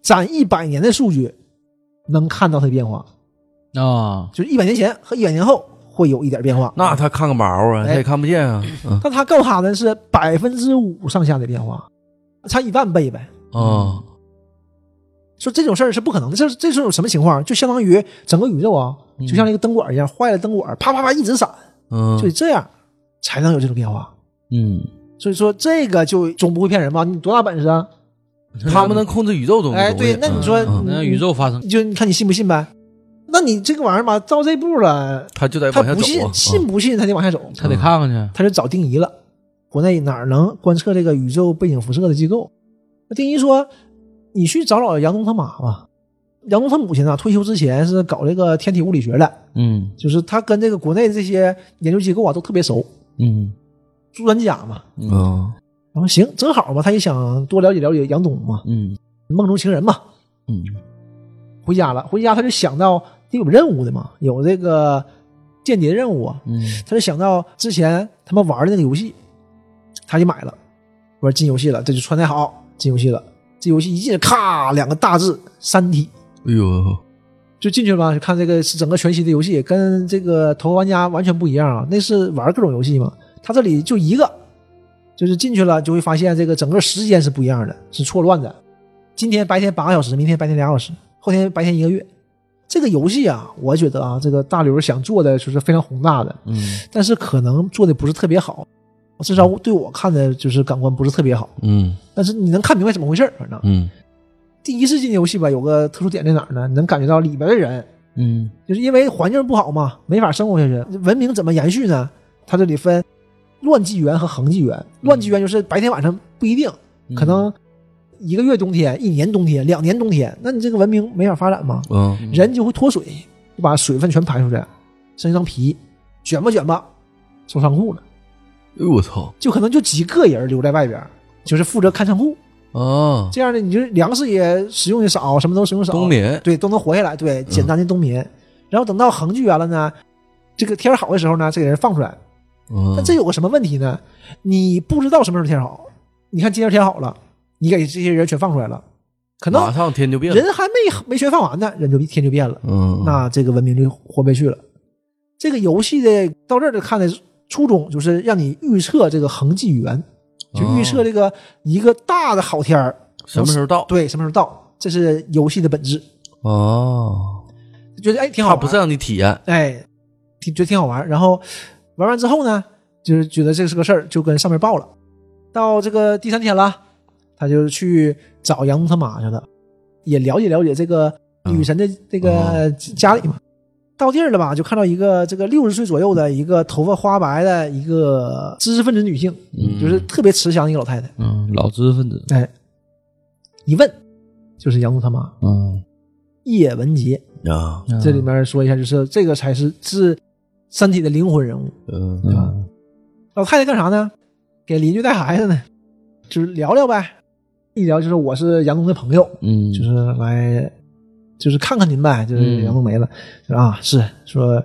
攒一百年的数据，能看到它的变化，
啊
就是一百年前和一百年后会有一点变化。
那他看个毛
哎
啊，他也看不见啊。嗯
但他告诉他的是百分之五上下的变化，差一万倍呗。
啊，
嗯说这种事儿是不可能的，这这是种什么情况？啊就相当于整个宇宙啊，就像那个灯管一样，坏了灯管，啪啪啪一直闪，
嗯，
就得这样才能有这种变化。
嗯，
所以说这个就总不会骗人吧？你多大本事啊？
他们能控制宇宙中的东西。
哎，对，那你说
嗯嗯
你
那宇宙发生
就你看你信不信呗？那你这个玩意儿吧，到这步了，
他就得
他
往下走
不信
啊，嗯
信不信他得往下走，
他得看看去。
他就找定仪了。国内哪儿能观测这个宇宙背景辐射的机构？那定仪说，你去找找杨东他妈吧。杨东他母亲啊，退休之前是搞这个天体物理学的，
嗯
就是他跟这个国内这些研究机构啊都特别熟，
嗯
朱专家嘛。
嗯
然后行，正好嘛，他也想多了解了解杨东嘛，
嗯
梦中情人嘛。
嗯
回家了，回家他就想到得有任务的嘛，有这个间谍任务啊，
嗯
他就想到之前他们玩的那个游戏，他就买了，我说进游戏了，这就穿戴好进游戏了，这游戏一进咔两个大字《三体》。
哎呦，
就进去了嘛，就看这个是整个全新的游戏，跟这个头号玩家完全不一样啊。那是玩各种游戏嘛，他这里就一个，就是进去了就会发现这个整个时间是不一样的，是错乱的。今天白天八个小时，明天白天俩小时，后天白天一个月。这个游戏啊，我觉得啊，这个大刘想做的就是非常宏大的，
嗯
但是可能做的不是特别好，至少对我看的就是感官不是特别好。
嗯
但是你能看明白怎么回事儿，反正
嗯
第一次进游戏吧，有个特殊点在哪儿呢？你能感觉到里边的人
嗯
就是因为环境不好嘛，没法生活下去。文明怎么延续呢？它这里分乱纪元和恒纪元。乱纪元就是白天晚上不一定，
嗯
可能一个月冬天、一年冬天、两年冬天，那你这个文明没法发展嘛，
嗯
人就会脱水，就把水分全排出来，身上皮卷吧卷吧，收仓库了，
哎呦我操
就可能就几个人留在外边，就是负责看仓库。
啊！
这样呢，你就粮食也使用的少，什么都使用少，
冬眠
对都能活下来，对，
嗯
简单的冬眠。然后等到恒巨源了呢，这个天儿好的时候呢，这个人放出来。
嗯
但这有个什么问题呢？你不知道什么时候天儿好。你看今天天好了，你给这些人全放出来了，可能
马上天就变了，
人还没没全放完呢，人就天就变了，
嗯，
那这个文明就活不下去了。这个游戏的到这儿就看的初衷就是让你预测这个恒纪元，就预
哦
测这个一个大的好天儿
嗯什么时候到
对，什么时候到，这是游戏的本质。
啊？
觉得哎挺好
他
玩，
不是让你体验，
哎，挺觉得挺好玩。然后玩完之后呢，就是觉得这是个事儿，就跟上面报了。到这个第三天了，他就去找杨东他妈去了，也了解了解这个女神的这个家里嘛。到地儿了吧，就看到一个这个六十岁左右的一个头发花白的一个知识分子女性，
嗯
就是特别慈祥的一个老太太。
嗯，老知识分子，
哎，一问就是杨东他妈
嗯，
叶文洁。
啊，
这里面说一下，就是这个才是是三体的灵魂人物。
嗯
嗯
老太太干啥呢？给邻居带孩子呢，就是聊聊呗。一聊就是我是杨东的朋友，
嗯，
就是来就是看看您呗，就是
嗯
杨东没了、说啊，是说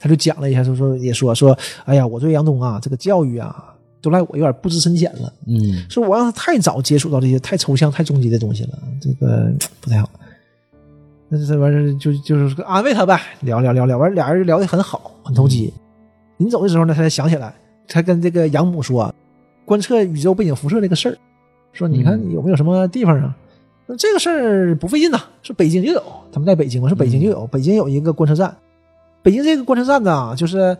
他就讲了一下，就说也说说，哎呀，我对杨东啊这个教育啊，都赖我有点不知深浅了。
嗯
说我让他太早接触到这些太抽象、太终极的东西了，这个不太好。那这玩意儿就就是个安慰他呗，聊聊聊聊，完俩人就聊得很好，很投机。临走的时候呢，他才想起来，他跟这个养母说，观测宇宙背景辐射这个事儿，说你看有没有什么地方啊？那这个事儿不费劲呐、说北京就有，他们在北京嘛，说北京就有，北京有一个观测站，北京这个观测站呢，就是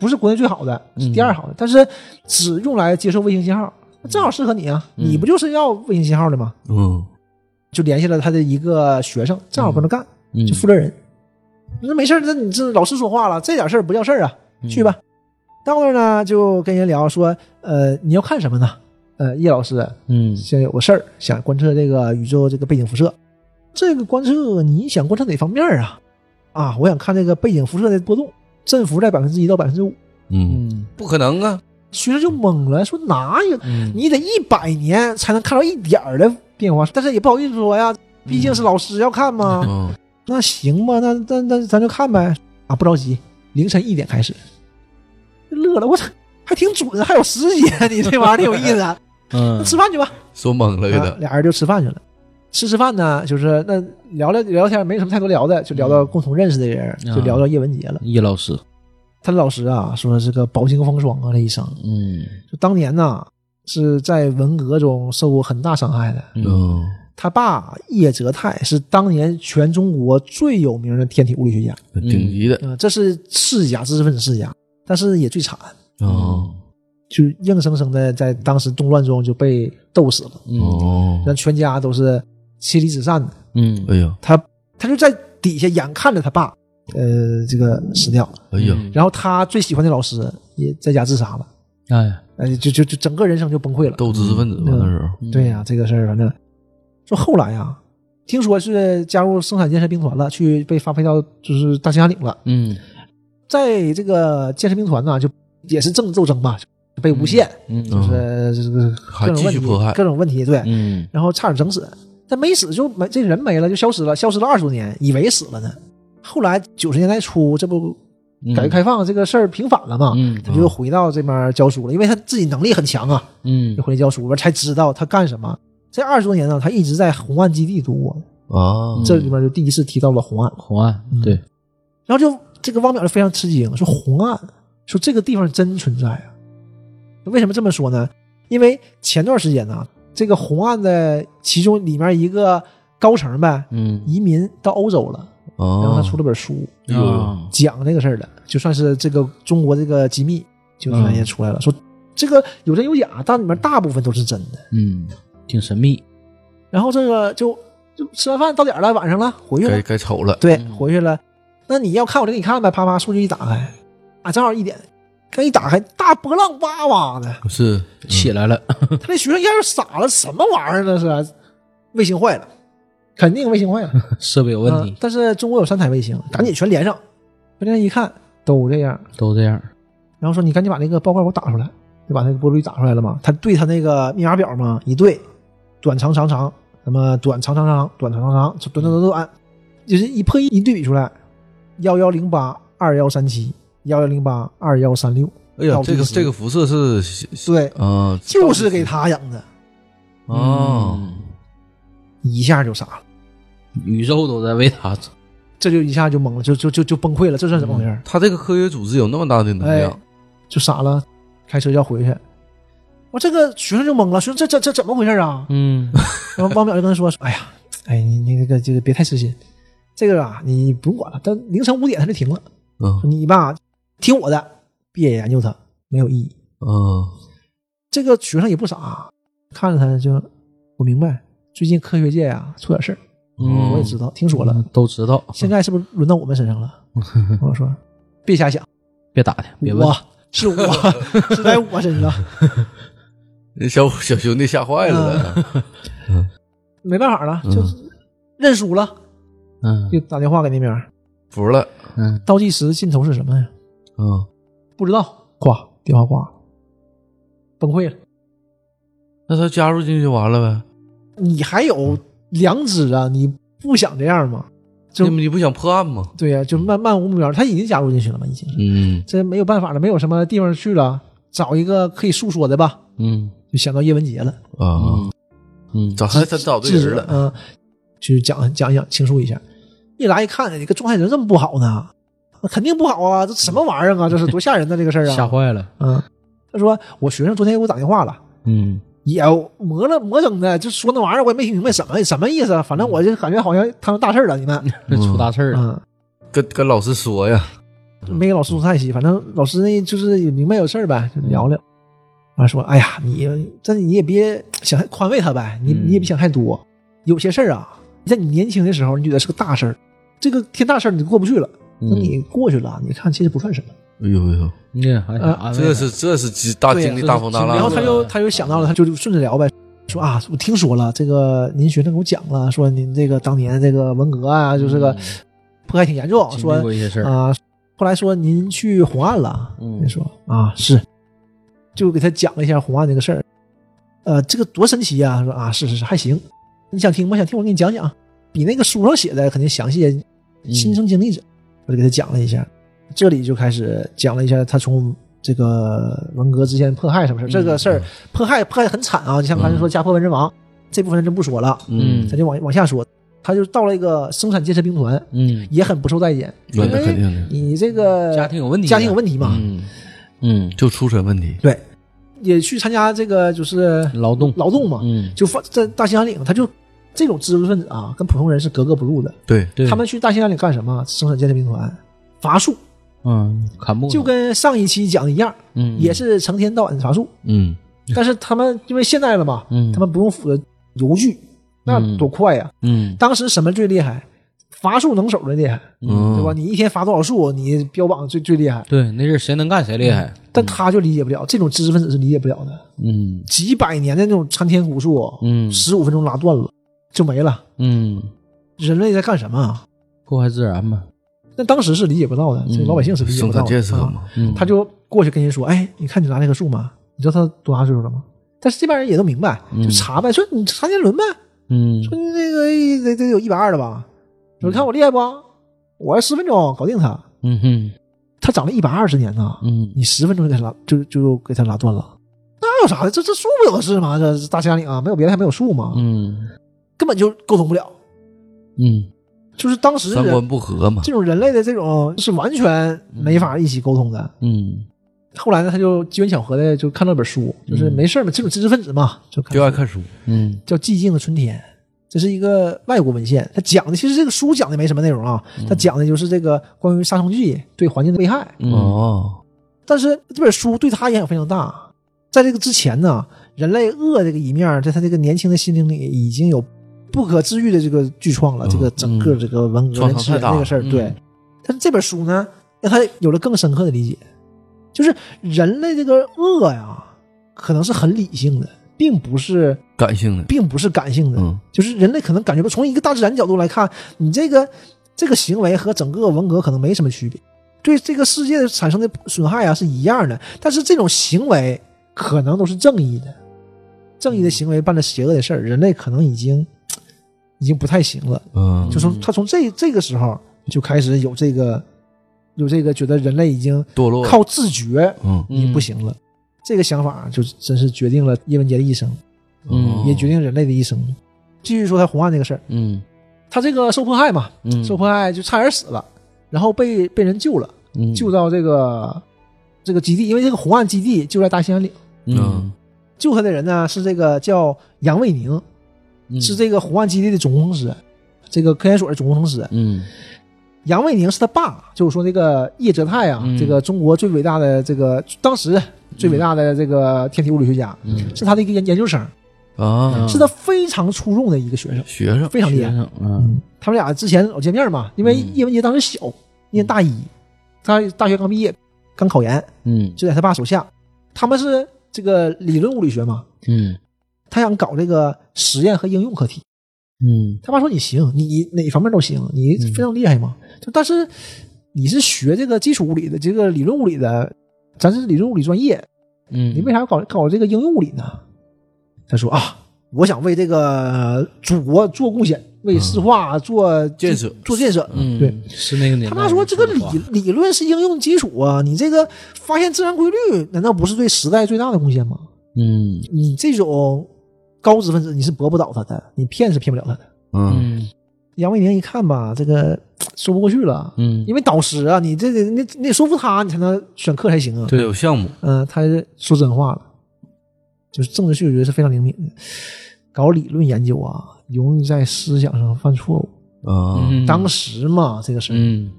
不是国内最好的，是第二好的，但是只用来接收卫星信号，那正好适合你啊！
嗯
你不就是要卫星信号的吗？
嗯
就联系了他的一个学生，正好跟他干，
嗯，
就负责人。那没事儿，那你这老师说话了，这点事儿不叫事儿啊，
嗯
去吧。到那儿呢，就跟人聊说，呃，你要看什么呢？呃，叶老师
嗯
现在有个事儿，想观测这个宇宙这个背景辐射。这个观测你想观测哪方面啊？啊，我想看这个背景辐射的波动，振幅在百分之一到百分之五。
嗯，
嗯
不可能啊！
学生就懵了，说哪有？
嗯
你得一百年才能看到一点儿的变化，但是也不好意思说呀，毕
嗯
竟是老师要看嘛。
嗯
那行吧，那那那咱就看呗，啊，不着急，凌晨一点开始。乐了，我操，还挺准，啊还有时间，你这玩意儿挺有意思啊。那
嗯
吃饭去吧，
说懵了给
啊
他，
俩人就吃饭去了。吃吃饭呢，就是那聊聊聊天，没什么太多聊的，就聊到共同认识的人，
嗯
就聊到叶文洁了。
叶老师，
他老师啊说是个饱经风霜啊，这一生
嗯
就当年呐是在文革中受过很大伤害的。
嗯
他爸叶泽泰是当年全中国最有名的天体物理学家，
很顶级的
嗯、这是世家，知识分子世家，但是也最惨，嗯
哦
就硬生生的在当时动乱中就被斗死了，
嗯
哦，
让全家都是妻离子散的。
嗯
哎呀
他他就在底下眼看着他爸，呃，这个死掉，
哎呀，
嗯
然后他最喜欢的老师也在家自杀了，
哎
哎，就就就整个人生就崩溃了。
斗知识分子吧
嗯
那时候，
对呀、这个事儿反正说后来呀、听说是加入生产建设兵团了，去被发配到就是大兴安岭了。
嗯
在这个建设兵团呢，就也是政斗争嘛，就被诬陷，
嗯
哦
就是这个
还
各种
继
问
续
题
迫害，
各种问题，对，
嗯
然后差点整死，但没死就没这人没了，就消失了，消失了二十多年，以为死了呢。后来九十年代初，这不
嗯
改革开放这个事儿平反了嘛，
嗯
他就回到这边教书了，因为他自己能力很强啊，
嗯
就回来教书了，才知道他干什么。这二十多年呢，他一直在红岸基地度过，
啊，
这里面就第一次提到了红岸，
红岸啊
嗯
对
然后就这个汪淼就非常吃惊，说红岸，说这个地方真存在啊？为什么这么说呢？因为前段时间呢、这个红岸的其中里面一个高层呗，
嗯
移民到欧洲了，然后
啊
他，出了本书，
哎呦，
讲这个事儿的，就算是这个中国这个机密，就突然间出来了，说这个有真有假，但里面大部分都是真的。
嗯挺神秘
然后这个就就吃完饭到点儿了，晚上了，回去了
该，该瞅了，
对，
嗯
回去了。那你要看我就给你看呗，啪啪，数据一打开，啊，正好一点，刚一打开，大波浪哇哇 的，
是
起来了
他那学生一下就傻了，什么玩意儿这是？卫星坏了，肯定卫星坏了。
设备有问
啊
题嗯
但是中国有三台卫星，赶紧全连上。全连上一看嗯都这样，
都这样
然后说你赶紧把那个报告给我打出来，就把那个波率打出来了嘛。他对他那个密码表嘛一对，短长长长，什么短长长长，短长长长，短短短短，就是一破译一对比出来，幺幺零八二幺三七，幺幺零八二幺三六，
哎呀
到，
这
第
个
十
这个辐射是
对，
啊
就是给他养的，
嗯
嗯
啊，
一下就傻了，
宇宙都在为他
这就一下就懵了，就就就就崩溃了，这算怎么回事儿？
他这个科学组织有那么大的能
哎
量，，
就傻了，开车要回去。我这个学生就懵了，说这这这怎么回事啊？
嗯
然后汪淼就跟他说：“说哎呀，哎，你你那个这个别太痴心，这个啊你不用管了。但凌晨五点他就停了，
嗯
说你吧听我的，别研究他，没有意义。
嗯，
这个学生也不傻，看着他就我明白，最近科学界啊出点事儿，
哦
嗯
我也知道，听说了。
都知道
现在是不是轮到我们身 上了？”我说：“别瞎想，
别打听别问
我是我是在我身上，
那小小兄弟吓坏
嗯
了呢，
没办法了，就
嗯
是认输了。”
嗯
就打电话给那边儿，
服 了，
嗯
倒计时尽头是什么呀？
嗯，
不知道，挂电话挂了，崩溃了。
那他加入进去就完了呗。
你还有良知啊？你不想这样吗？就
你你不想破案吗？
对呀、就漫漫无目标，他已经加入进去了嘛，已经是
嗯，
这没有办法了，没有什么地方去了，找一个可以诉说的吧。
嗯
就想到叶文洁了，
啊，
嗯
找他他找对
制止
人了，
嗯，就讲讲讲倾诉一下。一来一看，这个状态怎么这么不好呢？肯定不好啊！这什么玩意儿啊？这是多吓人的这个事儿
吓
啊！
坏了
嗯，他说我学生昨天给我打电话了，
嗯
也磨了磨整的，就说那玩意儿，我也没听明白什么什么意思。啊反正我就感觉好像摊上大事儿了，你们，
出大事儿了
嗯，
跟跟老师说呀。
没给老师说太细。反正老师那就是也明白有事儿呗，就聊聊。完说，哎呀，你这你也别想太宽慰他呗，你
嗯
你也别想太多。有些事儿啊，在你年轻的时候，你觉得是个大事儿，这个天大事儿你过不去了，
嗯
等你过去了，你看其实不算什么。
哎呦哎呦，
那还
呃
想安慰
这
他
是这是经大
哎对呀
经历大风大浪的，
然后他就他就想到了，他就顺着聊呗，说啊，我听说了，这个您学生给我讲了，说您这个当年这个文革啊，就这个迫害挺严重，
嗯经
说
历过一些事儿
啊，后来说您去红岸了，
嗯
您说啊是，就给他讲了一下红岸这个事儿，呃，这个多神奇啊，说啊是是是还行，你想听吗？想听我给你讲讲，比那个书上写的肯定详细，亲身经历者，我就给他讲了一下，这里就开始讲了一下他从。这个文革之间迫害什么事儿？这个事儿迫害迫害得很惨啊！就像刚才说家破文人亡这部分真不说了，
嗯
咱就往往下说。他就到了一个生产建设兵团，
嗯，
也很不受待见，因
那那肯
为
定的，
你这个
家庭有问题，
呃家庭有问题嘛，
嗯嗯，
就出身问题。
对，也去参加这个就是
劳动，
劳动嘛，
嗯，
就发在大兴安岭，他就这种知识分子啊，跟普通人是格格不入的。
对，
对
他们去大兴安岭干什么？生产建设兵团，伐树，
嗯砍木头
就跟上一期讲的一样，
嗯
也是成天到晚伐树。
嗯，
但是他们因为现代了嘛，
嗯
他们不用斧子、油锯，那
嗯
多快呀！
嗯
当时什么最厉害？伐树能手的厉害，
嗯
对吧？你一天伐多少树，你标榜最最厉害。
对，那是谁能干谁厉害，
但他就理解不了，这种知识分子是理解不了的。
嗯
几百年的那种参天古树，
嗯
十五分钟拉断了就没了。
嗯，
人类在干什么啊？
破坏自然嘛，
那当时是理解不到的，这
嗯
老百姓是理解
生
不到
产
的。
建设
啊
嘛，
嗯，
他就过去跟人说：“哎，你看你拿这棵树吗？你知道他多大岁数了吗？”但是这帮人也都明白，
嗯
就查呗，说你查年轮呗，
嗯
说你这个哎得得有一百二了
嗯
吧？说你看我厉害不？我要十分钟搞定他，
嗯哼
他长了一百二十年呢，
嗯
你十分钟就给他拉，就就给他拉断了，那有啥的？这这树不就是吗？这大兴安岭啊，没有别的还没有树吗？
嗯
根本就沟通不了，
嗯
就是当时
三
人
观不合嘛。
这种人类的这种是完全没法一起沟通的。
嗯
后来呢，他就机缘巧合的就看到本书，就是没事儿嘛，这种知识分子嘛，就看
就爱看书，
嗯
叫《寂静的春天》，这是一个外国文献，它讲的其实这个书讲的没什么内容啊，它讲的就是这个关于杀虫剂对环境的危害。
嗯
哦，
但是这本书对他影响非常大，在这个之前呢，人类恶这个一面儿在他这个年轻的心灵里已经有不可治愈的这个巨创了，
嗯
这个整个这个文革
创
人
伤
吃
太
人
大
那个事儿，
了
对
嗯。
但是这本书呢，让他有了更深刻的理解，就是人类这个恶呀，可能是很理性的，并不是，
感性的，
并不是感性的，
嗯，
就是人类可能感觉不，从一个大自然角度来看，你这个这个行为和整个文革可能没什么区别，对这个世界产生的损害啊是一样的，但是这种行为可能都是正义的，正义的行为办了邪恶的事儿，人类可能已经嘖已经不太行了，
嗯，
就从他从这这个时候就开始有这个有这个觉得人类已经
堕落，
靠自觉
嗯，
已经不行了，这个想法啊就真是决定了叶文洁的一生，
哦
嗯
也决定人类的一生。继续说他红案这个事儿。
嗯
他这个受迫害嘛，
嗯
受迫害就差点死了，然后被被人救了，
嗯
救到这个这个基地，因为这个红岸基地就在大兴安岭。
嗯
救他的人呢是这个叫杨卫宁，
嗯
是这个红岸基地的总工程师，这个科研所的总工程师。
嗯
杨卫宁是他爸，就是说那个叶哲泰啊，
嗯
这个中国最伟大的这个当时啊最伟大的这个天体物理学家，
嗯
是他的一个研研究生，
啊，
嗯是他非常出众的一个学生，
学生，
非常厉害
学。生嗯
他们俩之前老见面嘛，因为
嗯
叶文洁当时小，念大一，他大学刚毕业，刚考研，
嗯
就在他爸手下。他们是这个理论物理学嘛，
嗯
他想搞这个实验和应用课题。
嗯
他爸说你行，你哪方面都行，你非常厉害嘛。
嗯
就但是你是学这个基础物理的，这个理论物理的，咱是理论物理专业，
嗯，
你为啥要搞搞这个应用物理呢？他说啊，我想为这个祖国做贡献，为石化做
建设
做建设。
嗯
对，
是那个年
他
代
妈说这个理
的话
理论是应用基础啊，你这个发现自然规律，难道不是对时代最大的贡献吗？
嗯
你这种高知分子，你是驳不倒他的，你骗是骗不了他的。
嗯，
嗯
杨卫宁一看吧，这个说不过去了，
嗯
因为导师啊，你这得你你得说服他，你才能选课才行啊。
对，有项目，
嗯、他说真话了，就是政治嗅觉是非常灵敏的，搞理论研究啊，容易在思想上犯错误。
啊，
嗯
当时嘛，这个事儿，
嗯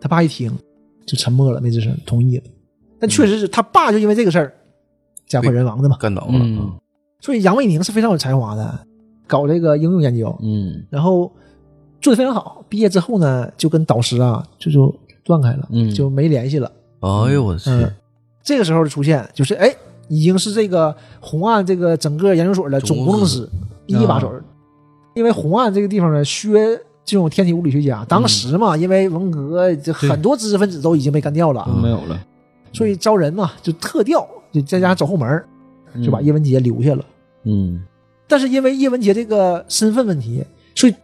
他爸一听就沉默了，没吱声，同意了。但确实是他爸就因为这个事儿家破人亡的嘛。
干倒了，
嗯
所以杨卫宁是非常有才华的，搞这个应用研究，
嗯
然后做的非常好。毕业之后呢，就跟导师啊就就断开了，
嗯
就没联系了。
哎呦我去，
嗯，这个时候的出现就是哎，已经是这个红岸这个整个研究所的总工程师啊一把手儿，因为红岸这个地方呢缺。这种天体物理学家，当时嘛，因为文革，这
对
很多知识分子都已经被干掉了，
都没有了，
所以招人嘛，就特调，就在家走后门儿，就把
嗯
叶文洁留下了。
嗯
但是因为叶文洁这个身份问题，所以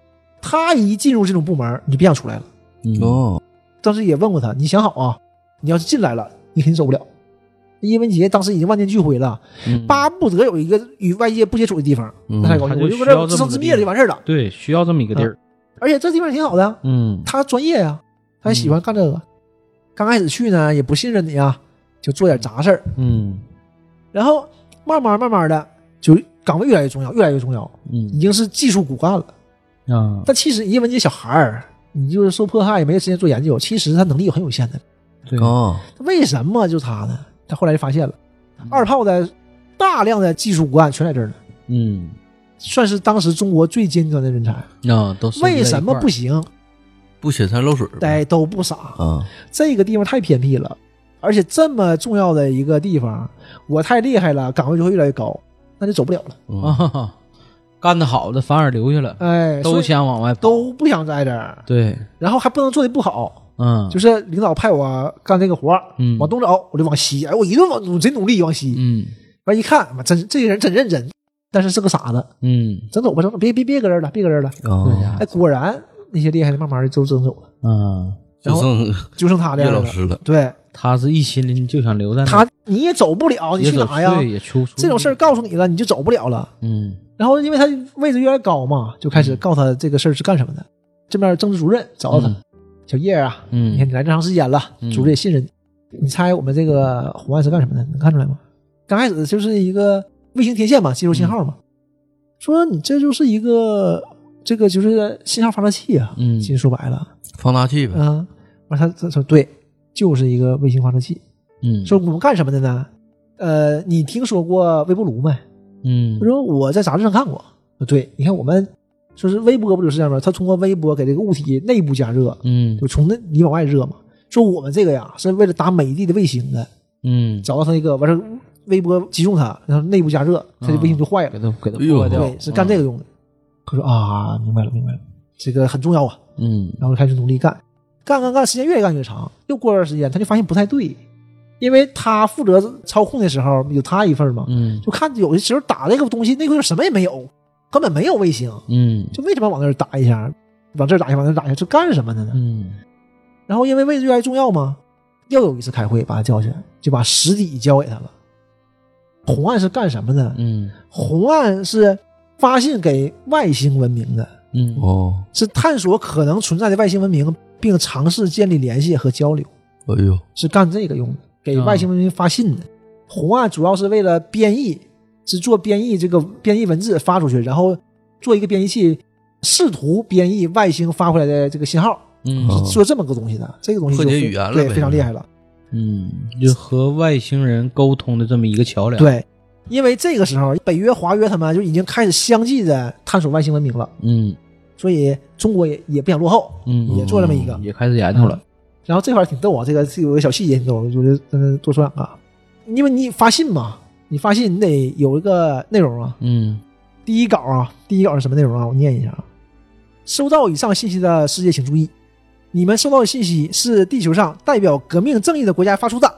他一进入这种部门，你就别想出来了。
嗯
哦，
当时也问过他，你想好啊，你要是进来了，你肯定走不了。叶文洁当时已经万念俱灰了，
嗯
巴不得有一个与外界不接触的地方，
嗯
那太高兴，
他就
我就搁
需要这
这自
么
生
个
自
地
灭就完事儿了。
对，需要这么一个地儿，
而且这地方挺好的，
嗯，
他专业呀、他喜欢干这个。刚开始去呢，也不信任你啊，就做点杂事儿，
嗯
然后慢慢慢慢的，就岗位越来越重要，越来越重要，已
嗯
经是技术骨干了。
啊，
但其实你问这些小孩儿，你就是受迫害，没有时间做研究，其实他能力很有限的。
对，
啊，
为什么就他呢？他后来就发现了，二炮的大量的技术骨干全在这儿呢，
嗯
算是当时中国最尖端的人才。
啊，都是
为什么不行？
不显山露水儿呗
哎，都不傻。
啊，
这个地方太偏僻了，而且这么重要的一个地方，我太厉害了，岗位就会越来越高，那就走不了了。
嗯
啊？干得好的反而留下了，
哎，所
都
以
想往外跑，
都不想在这儿，
对，
然后还不能做的不好，
嗯，
就是是领导派我干这个活儿，
嗯
往东走我就往西，哎，我一顿往我真努力往西，
嗯
完、一看，妈真这个人真认真，但是是个傻子，
嗯
整走吧，整走别别别搁这儿了，别搁这儿了。
对
啊，
呀
哎，果然那些厉害的慢慢的都整走了，
嗯，
就剩
就剩他这
叶
样
老
了。
师了，
对
他是一心里就想留在那儿，
他你也走不了，你
也
去
走
哪呀？
嗯对也出出
这种事儿，告诉你了，你就走不了了。
嗯
然后因为他位置越来越高嘛，就开始告诉他这个事儿是干什么的。这面政治主任找到他，
嗯
小叶啊，
嗯，
你看你来这长时间了，
嗯
主任也信任你。你猜我们这个红案是干什么的？能看出来吗？刚开始就是一个卫星天线嘛，接收信号
嗯
嘛。说你这就是一个这个就是信号发射器啊，
嗯
其实说白了，
放大器呗，
嗯，完他他说对，就是一个卫星发射器。
嗯
说我们干什么的呢？呃，你听说过微波炉没？
嗯
他说我在杂志上看过。对，你看我们说是微波不就是这样吗？它通过微波给这个物体内部加热，
嗯
就从那里往外热嘛。说我们这个呀是为了打美帝的卫星的，
嗯，
找到它一个完事儿微波击中它，然后内部加热，它的卫星就坏了。
啊
啊
给他给他
哎呦
破坏掉，啊
对，是干这个用的。他说啊，明白了，明白了，这个很重要啊。
嗯
然后开始努力干，干干干，时间越干越长。又过段时间，他就发现不太对，因为他负责操控的时候有他一份嘛，
嗯
就看有的时候打这个东西，那块儿什么也没有，根本没有卫星，
嗯
就为什么往那儿打一下，往这儿打一下，往那儿打一下，这干什么的呢？
嗯
然后因为位置越来越重要嘛，又有一次开会把他叫去，就把实体交给他了。红岸是干什么的？
嗯
红岸是发信给外星文明的，
嗯
哦，
是探索可能存在的外星文明，并尝试建立联系和交流，
哎呦，
是干这个用的，给
啊
外星文明发信的。红岸主要是为了编译，是做编译这个编译文字发出去，然后做一个编译器，试图编译外星发回来的这个信号，
嗯
哦
是做这么个东西的。这个东西就
破解
非
语言了
对，
呗
非常厉害了。
嗯，就和外星人沟通的这么一个桥梁，，
对，啊因为这个时候北约、华约他们就已经开始相继的探索外星文明了，
嗯
所以中国也也不想落后，
嗯，
也做这么一个。
也开始研究了，
然后这块儿挺逗啊，这个是有个小细节挺逗，我觉得嗯多说两个啊，因为你发信嘛，你发信你得有一个内容啊。
嗯
第一稿啊，第一稿是什么内容啊？我念一下啊：收到以上信息的世界请注意，你们收到的信息是地球上代表革命正义的国家发出的。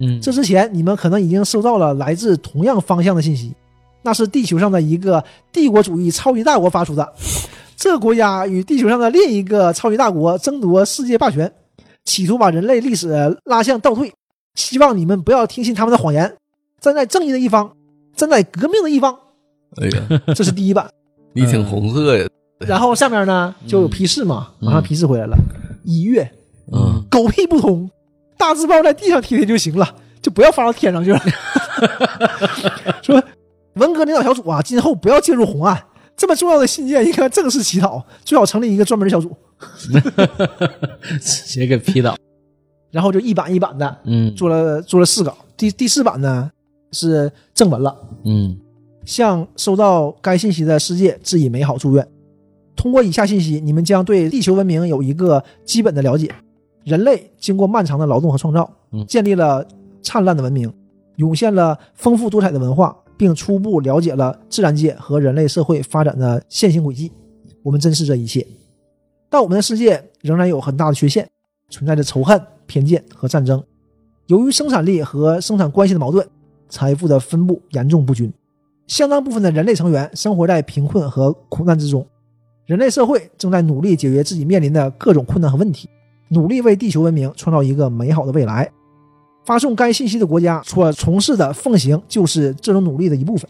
嗯，
这之前，你们可能已经收到了来自同样方向的信息，那是地球上的一个帝国主义超级大国发出的。 这个国家与地球上的另一个超级大国争夺世界霸权，企图把人类历史拉向倒退。希望你们不要听信他们的谎言，站在正义的一方，站在革命的一方。
哎呀，
这是第一版。
你挺红色呀，
然后下面呢就有批示嘛，马上批示回来了。一月，
嗯，
狗屁不通，大字报在地上贴贴就行了，就不要发到天上去了。 说文革领导小组啊，今后不要介入红案，这么重要的信件应该正式起草，最好成立一个专门的小组。嗯
直接给批倒，
然后就一版一版的
嗯
做了做了四稿，第第四版呢是正文了。
嗯
向收到该信息的世界致以美好祝愿。通过以下信息，你们将对地球文明有一个基本的了解。人类经过漫长的劳动和创造
嗯，
建立了灿烂的文明，涌现了丰富多彩的文化，并初步了解了自然界和人类社会发展的线性轨迹。我们珍视这一切，但我们的世界仍然有很大的缺陷，存在着仇恨、偏见和战争。由于生产力和生产关系的矛盾，财富的分布严重不均。相当部分的人类成员生活在贫困和苦难之中，人类社会正在努力解决自己面临的各种困难和问题，努力为地球文明创造一个美好的未来。发送该信息的国家所从事的奉行就是这种努力的一部分。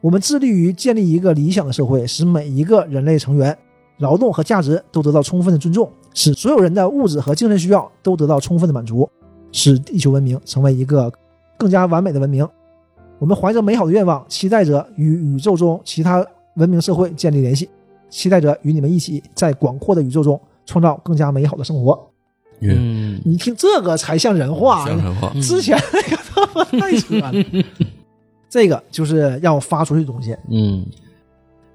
我们致力于建立一个理想的社会，使每一个人类成员劳动和价值都得到充分的尊重，使所有人的物质和精神需要都得到充分的满足，使地球文明成为一个更加完美的文明。我们怀着美好的愿望，期待着与宇宙中其他文明社会建立联系，期待着与你们一起在广阔的宇宙中创造更加美好的生活。
嗯，
嗯，
你听这个才像人话，
相声话，
嗯
之前那个他妈太扯了。这个就是要发出去的东西。
嗯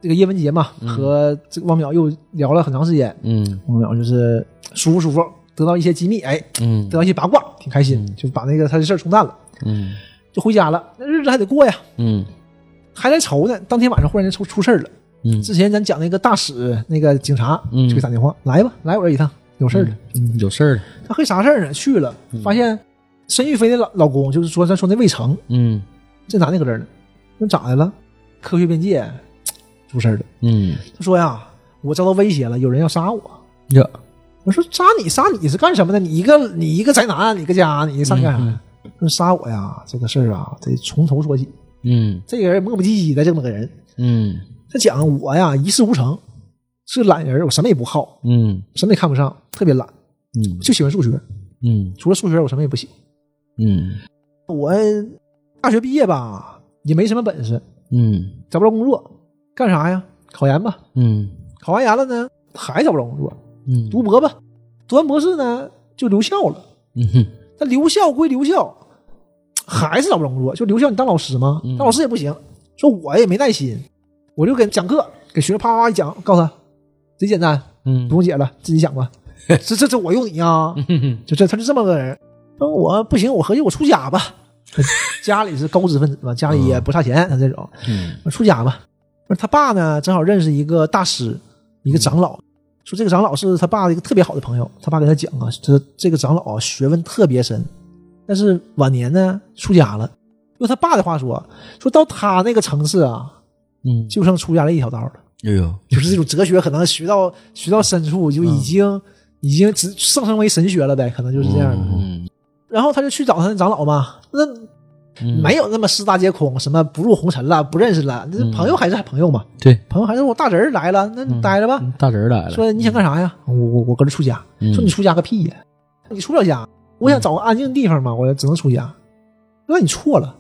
这个叶文洁嘛，和这个汪淼又聊了很长时间。
嗯
汪淼就是舒服舒服，得到一些机密，哎，
嗯
得到一些八卦，挺开心，就把那个他的事儿冲淡了，
嗯
就回家了。那日子还得过呀，
嗯
还在愁呢。当天晚上忽然间出出事儿了。
嗯
之前咱讲那个大使，那个警察
嗯
就给打电话，来吧，来我这一趟，有事儿了。
嗯，有事儿了，
他黑啥事儿呢？去了，发现申玉飞的老老公，就是说咱说那魏成，
嗯
这男的搁这儿呢，那咋的了？科学边界出事儿了。
嗯
他说呀，我遭到威胁了，有人要杀我。
呀，
我说杀你杀你是干什么的？你一个你一个宅男，你个家，你上去干啥
嗯
呀？他说杀我呀，这个事儿啊，得从头说起。
嗯
这个人磨磨唧唧的这么个人，
嗯
他讲我呀一事无成，是懒人，我什么也不好，
嗯
什么也看不上，特别懒，
嗯
就喜欢数学。
嗯
除了数学，我什么也不喜欢。
嗯
我大学毕业吧，也没什么本事，
嗯
找不着工作，干啥呀？考研吧。
嗯
考完研了呢，还找不着工作，
嗯，
读博吧。读完博士呢，就留校了。
嗯哼
但留校归留校，还是找不着工作。就留校，你当老师吗？当老师也不行。说我也没耐心，我就给讲课，给学生啪啪一讲，告诉他贼简单，
嗯
不用解了，自己讲吧。这这这我用你啊，
哼哼
就这他就这么个人。那我不行，我合计我出家吧。家里是高知分子嘛，家里也不差钱，啊他这种。
嗯
我出家吧。那他爸呢，正好认识一个大师，一个长老，说这个长老是他爸的一个特别好的朋友。他爸跟他讲啊，这这个长老啊学问特别深，但是晚年呢出家了。用他爸的话说，说到他那个层次啊，
嗯
就剩出家的一条道了，
哎呦，
就是这种哲学可能学到学到深处就已经、已经只上升为神学了呗，可能就是这样的。
嗯
然后他就去找他那长老嘛，那
嗯
没有那么四大皆空，什么不入红尘了，不认识了，那
嗯
朋友还是朋友嘛。
对，
朋友还是我大侄儿来了，那你待着吧。
大侄儿嗯来了，
说你想干啥呀？我我我搁这出家。
嗯
说你出家个屁呀！你出不了家，我想找个安静的地
嗯
方嘛，我只能出家。那你错了，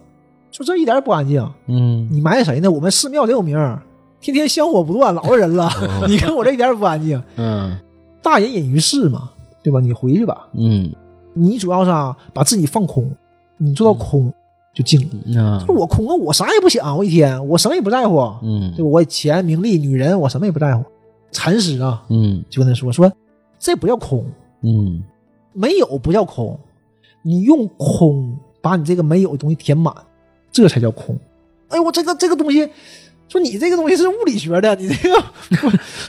说这一点也不安静。
嗯
你埋汰谁呢？我们寺庙得有名儿，天天香火不断，老实人了。
哦
你看我这一点也不安静，
嗯
大隐隐于市嘛，对吧？你回去吧，
嗯
你主要是啊，把自己放空，你做到
嗯
空就静了。
啊
我空啊，我啥也不想，我一天我什么也不在乎，
嗯
对吧我钱、名利、女人，我什么也不在乎。禅师啊，
嗯
就跟他说说，这不叫空，
嗯
没有不叫空，你用空把你这个没有的东西填满，这才叫空。哎呦，我这个这个东西，说你这个东西是物理学的，你这个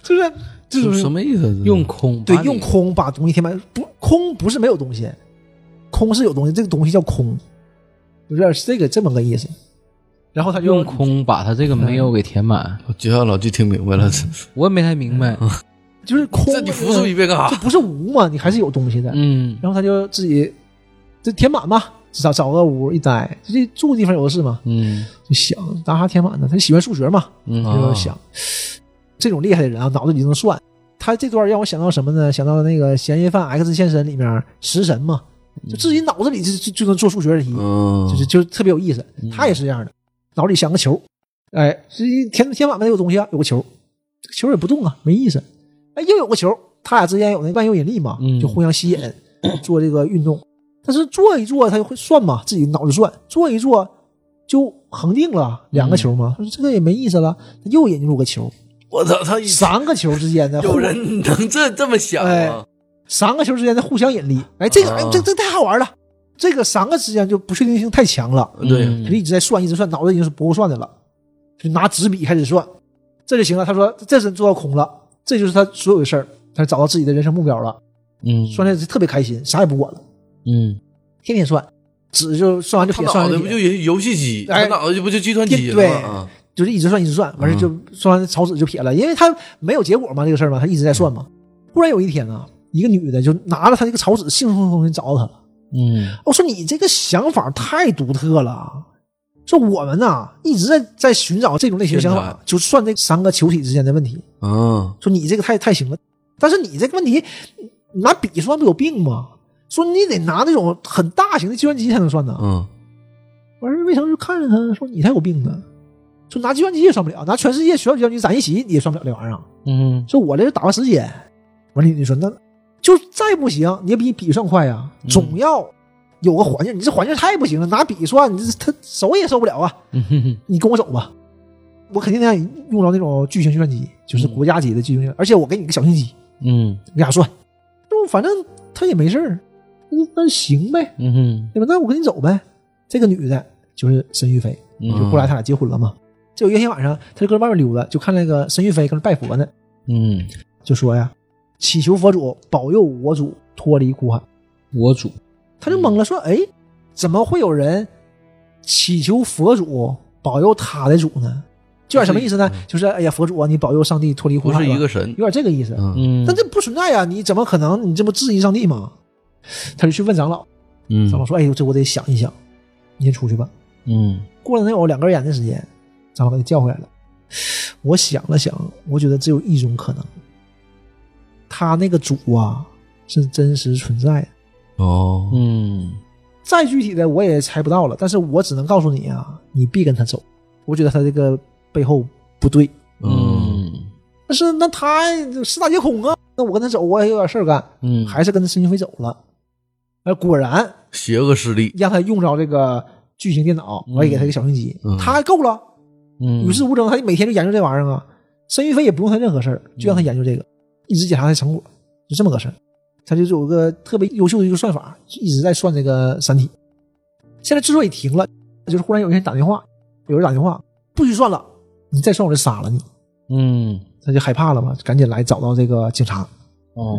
就是这种
什么意思？啊
用空
对
把你
用空把东西填满，不空不是没有东西，空是有东西，这个东西叫空，有点是这个这么个意思。然后他就
用空把他这个没有给填满，
就像老季听明白了，这
我也没太明白，
就是空，
这你复述一遍啊干
就
啥？
不是无嘛，你还是有东西的。
嗯
然后他就自己就填满嘛，找找个屋一待，这住的地方有的是嘛，
嗯
就想拿啥填满呢？他喜欢数学嘛，
嗯
他
啊
就想、这种厉害的人啊，脑子里就能算。他这段让我想到什么呢？想到那个《嫌疑犯 X 现身》里面食神嘛，就自己脑子里就就就能做数学题，
嗯，
就是就是特别有意思。他也是这样的，脑子里想个球，哎，这一填填满了有东西啊，有个球，这个球也不动啊，没意思。哎，又有个球，他俩之间有那万有引力嘛，
嗯
就互相吸引，做这个运动。但是做一做，他就会算嘛，自己脑子算，做一做就恒定了两
嗯
个球嘛。他说这个也没意思了，他又引入个球，
我操，他一
三个球之间的
哎有
互
人能这这么想
哎
啊？
三个球之间的互相引力，哎，这个哎
啊
这这太好玩了，这个三个之间就不确定性太强了。
对，
他就一直在算，一直算，脑子已经是不够算的了，就拿纸笔开始算，这就行了。他说这真做到空了，这就是他所有的事儿，他找到自己的人生目标了，
嗯
算的特别开心，啥也不管了，
嗯
天天算，纸就算完就
他
撇，算
脑
完
袋
就
不就
撇，
游游戏机？
哎
他脑袋就不就计算机
对
了吗？啊
就是一直算一直算，完事就
嗯
算完草纸就撇了，因为他没有结果嘛，这个事儿嘛，他一直在算
嗯
嘛。忽然有一天呢，一个女的就拿着他这个草纸，兴冲冲的找到他了。
嗯
我说你这个想法太独特了，啊说我们呐一直在在寻找这种类型想
宣
法
传，
就算这三个球体之间的问题。
啊，
说你这个太太行了，但是你这个问题，你拿笔算不有病吗？说你得拿那种很大型的计算机才能算呢。
嗯
完事儿魏成就看着他说：“你才有病呢！说拿计算机也算不了，拿全世界所有计算机攒一起你也算不了这玩意儿啊。
嗯，
说我这是打发时间。”完了，你说那就再不行，你也比笔算快呀，总要有个环境。你这环境太不行了，拿笔算，你这他手也受不了啊。你跟我走吧，我肯定得让你用到那种巨型计算机，就是国家级的巨型计算，而且我给你个小型机，
嗯
你俩算。那我反正他也没事儿，那那行呗，
嗯哼，
对吧？那我跟你走呗。这个女的就是沈玉飞，
嗯
就后来他俩结婚了嘛。就有一天晚上，他就搁外面溜达，就看那个沈玉飞搁那拜佛呢，
嗯，
就说呀：“祈求佛祖保佑我主脱离苦海。
我主，”
他就
嗯
懵了，说：“哎，怎么会有人祈求佛祖保佑他的主呢？就有点什么意思呢？就是哎呀，佛祖啊，你保佑上帝脱离苦
嗯不
海吧，
是一个神
有，点这个意思。
嗯
嗯，
但这不存在呀、你怎么可能？你这不质疑上帝吗？他就去问长老，
嗯
长老说：“哎呦，这我得想一想，你先出去吧。
嗯”
过了能有两根烟的时间，长老给他叫回来了。我想了想，我觉得只有一种可能，他那个主啊是真实存在的。
哦，
嗯
再具体的我也猜不到了，但是我只能告诉你啊，你必跟他走。我觉得他这个背后不对，
嗯
嗯
但是那他四大皆空啊，那我跟他走，我也有点事儿干，
嗯，
还是跟着申云飞走了。而果然
邪恶势力，
让他用着这个巨型电脑，我也给他一个小型机，
嗯
他够了，
嗯
与世无争，他就每天就研究这玩意儿啊。申玉飞也不用他任何事儿，就让他研究这个，一直检查他的成果，就这么个事儿。他就是有个特别优秀的一个算法，就一直在算这个《三体》。现在之所以停了，就是忽然有一天打电话，有人打电话不许算了，你再算我就杀了你。
嗯
他就害怕了嘛，赶紧来找到这个警察。
哦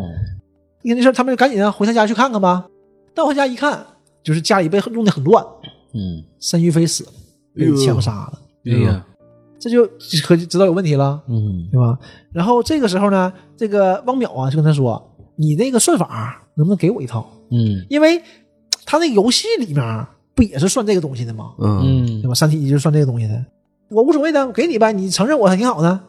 一看这事儿，他们就赶紧啊回他家去看看吧。到他家一看，就是家里被弄得很乱，
嗯，
申玉飞死了，被枪杀了，
哎呀，
这就可知道有问题了。
嗯
对吧？然后这个时候呢，这个汪淼啊就跟他说：“你那个算法能不能给我一套？
嗯
因为嘖他那游戏里面不也是算这个东西的吗？
嗯
嗯
对吧？三体就是算这个东西的，我无所谓的，我给你呗，你承认我挺好的。”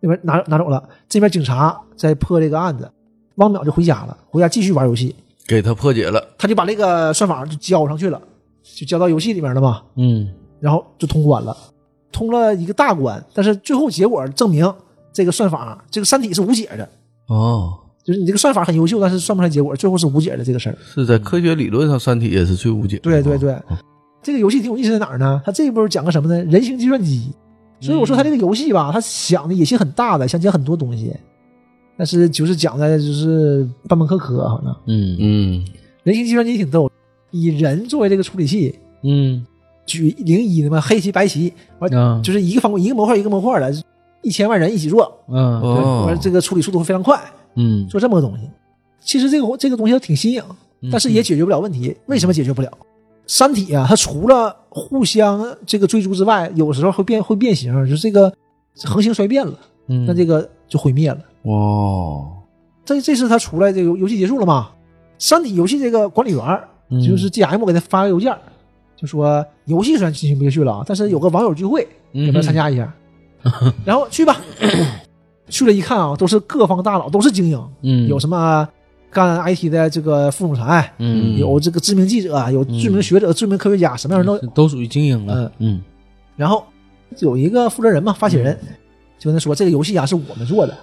那边拿拿走了，这边警察在破这个案子，汪淼就回家了，回家继续玩游戏，
给他破解了，
他就把这个算法就交上去了，就交到游戏里面了嘛，
嗯
然后就通关了，通了一个大关，但是最后结果证明这个算法这个三体是无解的，
哦，
就是你这个算法很优秀，但是算不出来结果，最后是无解的这个事儿。
是在科学理论上，三体也是最无解的，
对对对，
哦
这个游戏挺有意思在哪儿呢？它这一波讲个什么呢？人形计算机。所以我说
嗯
它这个游戏吧，它想的野心很大的，想讲很多东西，但是就是讲的就是半半磕磕，啊好像
嗯
嗯
人形计算机挺逗，以人作为这个处理器，
嗯
举零一的嘛，黑棋白棋，完
啊
嗯就是一个方一个模块一个模块的，一千万人一起做，
嗯
哦，
完这个处理速度会非常快。
嗯
做这么个东西。其实这个这个东西挺新颖，但
嗯
是也解决不了问题。为什么解决不了？三体啊，它除了互相这个追逐之外，有时候会变会变形，就是这个恒星衰变了，
嗯
那这个就毁灭了。
哦，
这这次它出来这个游戏结束了嘛？三体游戏这个管理员儿
嗯
就是 GM 给他发个邮件儿，就说游戏虽然进行不下去了啊，但是有个网友聚会，
嗯
要不要参加一下？然后 去吧，去了一看啊，都是各方大佬，都是精英，
嗯
有什么干 IT 的这个副总裁，
嗯嗯
有这个知名记者，啊有著名学者、著名科学家，什么样的都呃有。
都属于精英了，嗯
然后有一个负责人嘛，发起人就跟他说：“这个游戏啊是我们做的，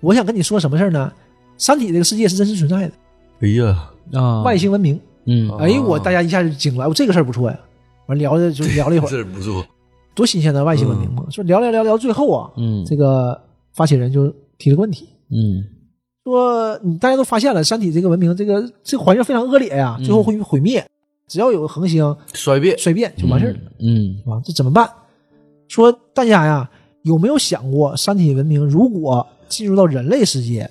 我想跟你说什么事儿呢？三体这个世界是真实存在的，
哎呀，
啊
外星文明。
嗯
哦
哎呦，我大家一下就惊了，哎我这个事儿不错呀。完聊的就聊了一会儿，
这不错，
多新鲜的外星文明嘛！说聊聊聊聊，最后啊，
嗯
这个发起人就提了个问题，
嗯
说你大家都发现了，山体这个文明，这个这个环境非常恶劣呀、
嗯
最后会毁灭。只要有个恒星
衰变，
衰变就完事儿了，
嗯
是吧？啊这怎么办？说大家呀，有没有想过山体文明如果进入到人类世界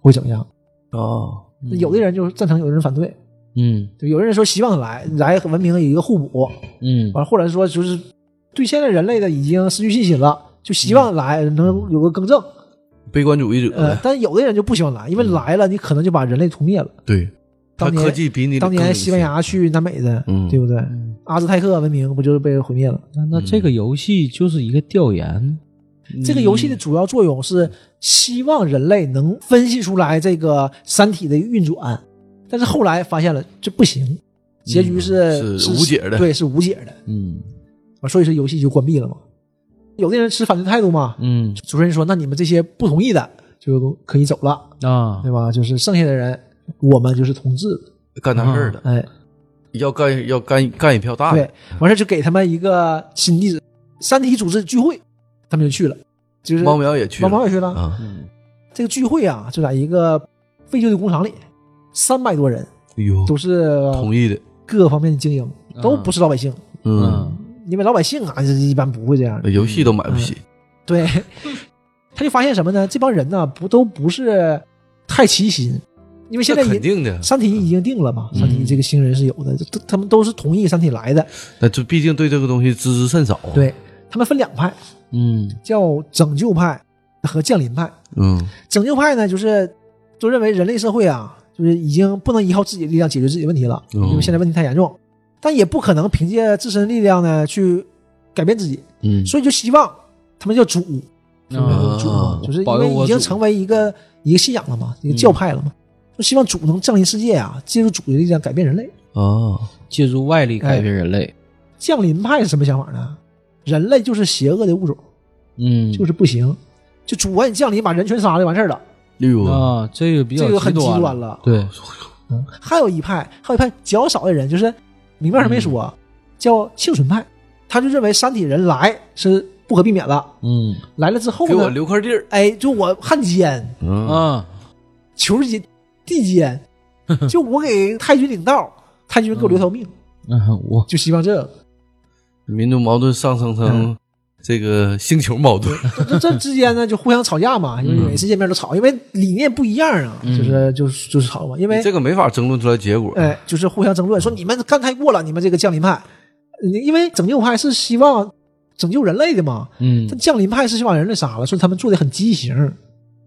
会怎么样？
哦，
有的人就是赞成，有的人反对，
嗯
对，有的人说希望来来和文明有一个互补，
嗯
完或者说就是对现在人类的已经失去信心了，就
嗯
希望来能有个更正。
悲观主义者
呃
呗，，嗯
但有的人就不希望来，因为来了你可能就把人类屠灭了。
对，它
当年
科技比你
当年西班
更有
牙去南美的，
嗯
对不对？阿兹泰克文明不就是被毁灭了？
那那这个游戏就是一个调研，
这个游
嗯
戏的主要作用是希望人类能分析出来这个山体的运转，但是后来发现了这不行，结局是、
嗯是无解的
对，是无解的，啊
嗯
所以说游戏就关闭了嘛。有的人持反对态度嘛，
嗯
主持人说：“那你们这些不同意的就可以走了，
啊
对吧？就是剩下的人，我们就是同志的，
干大事儿的，
哎，
要干要干干一票大
对
的，，
完事儿就给他们一个新地址，三体组织聚会，他们就去了，就是
猫苗也去
猫
了
也去了。
啊，
嗯
这个聚会啊，就在一个废旧的工厂里，三百多人
哎呦，
都是
同意的，
各个方面的精英，都不是老百姓，
嗯，
因为老百姓啊，这一般不会这样的。
游戏都买不起，
嗯对， 他就发现什么呢？这帮人呢，不都不是太齐心，因为现在
那肯
已
定的，
三体已经定了嘛，
嗯
三体这个星人是有的，都他们都是同意三体来的。
那就毕竟对这个东西知之甚少，，啊
对他们分两派，
嗯
叫拯救派和降临派。
嗯
拯救派呢，就是就认为人类社会啊，就是已经不能依靠自己的力量解决自己的问题了，
哦
嗯
因为现在问题太严重，但也不可能凭借自身力量呢去改变自己，
嗯
所以就希望他们叫主，嗯
啊
主
啊
就是因
保佑
为
我
已经
主嗯
成为一个一个信仰了嘛，一个教派了嘛，就希望主能降临世界啊，借助主的力量改变人类。
啊，
借助外力
哎
改变人类，
降临派是什么想法呢？人类就是邪恶的物种，
嗯
就是不行，就主啊，你降临把人全杀了就完事儿了。
哎呦，
啊，这个比较
这个很极
极
端
了，
了。
对，
还有一派，还有一派较少的人，就是明面上没说，
嗯
叫幸存派，他就认为山体人来是不可避免了，
嗯
来了之后
给我
呢，
留块地儿，
哎，就我汉奸、
嗯
啊
球奸、地 奸，就我给太君领道，太君给我留条命，
嗯
啊，我
就希望这个，
民族矛盾上升成这个星球矛盾，
这这之 间呢就互相吵架嘛，因为
嗯
每次见面都吵，因为理念不一样啊，就是就是就是吵嘛，因为
这个没法争论出来结果，
哎，就是互相争论，说你们干太过了，你们这个降临派，嗯因为拯救派是希望拯救人类的嘛，
嗯
但降临派是希望把人类杀了，所以他们做的很畸形。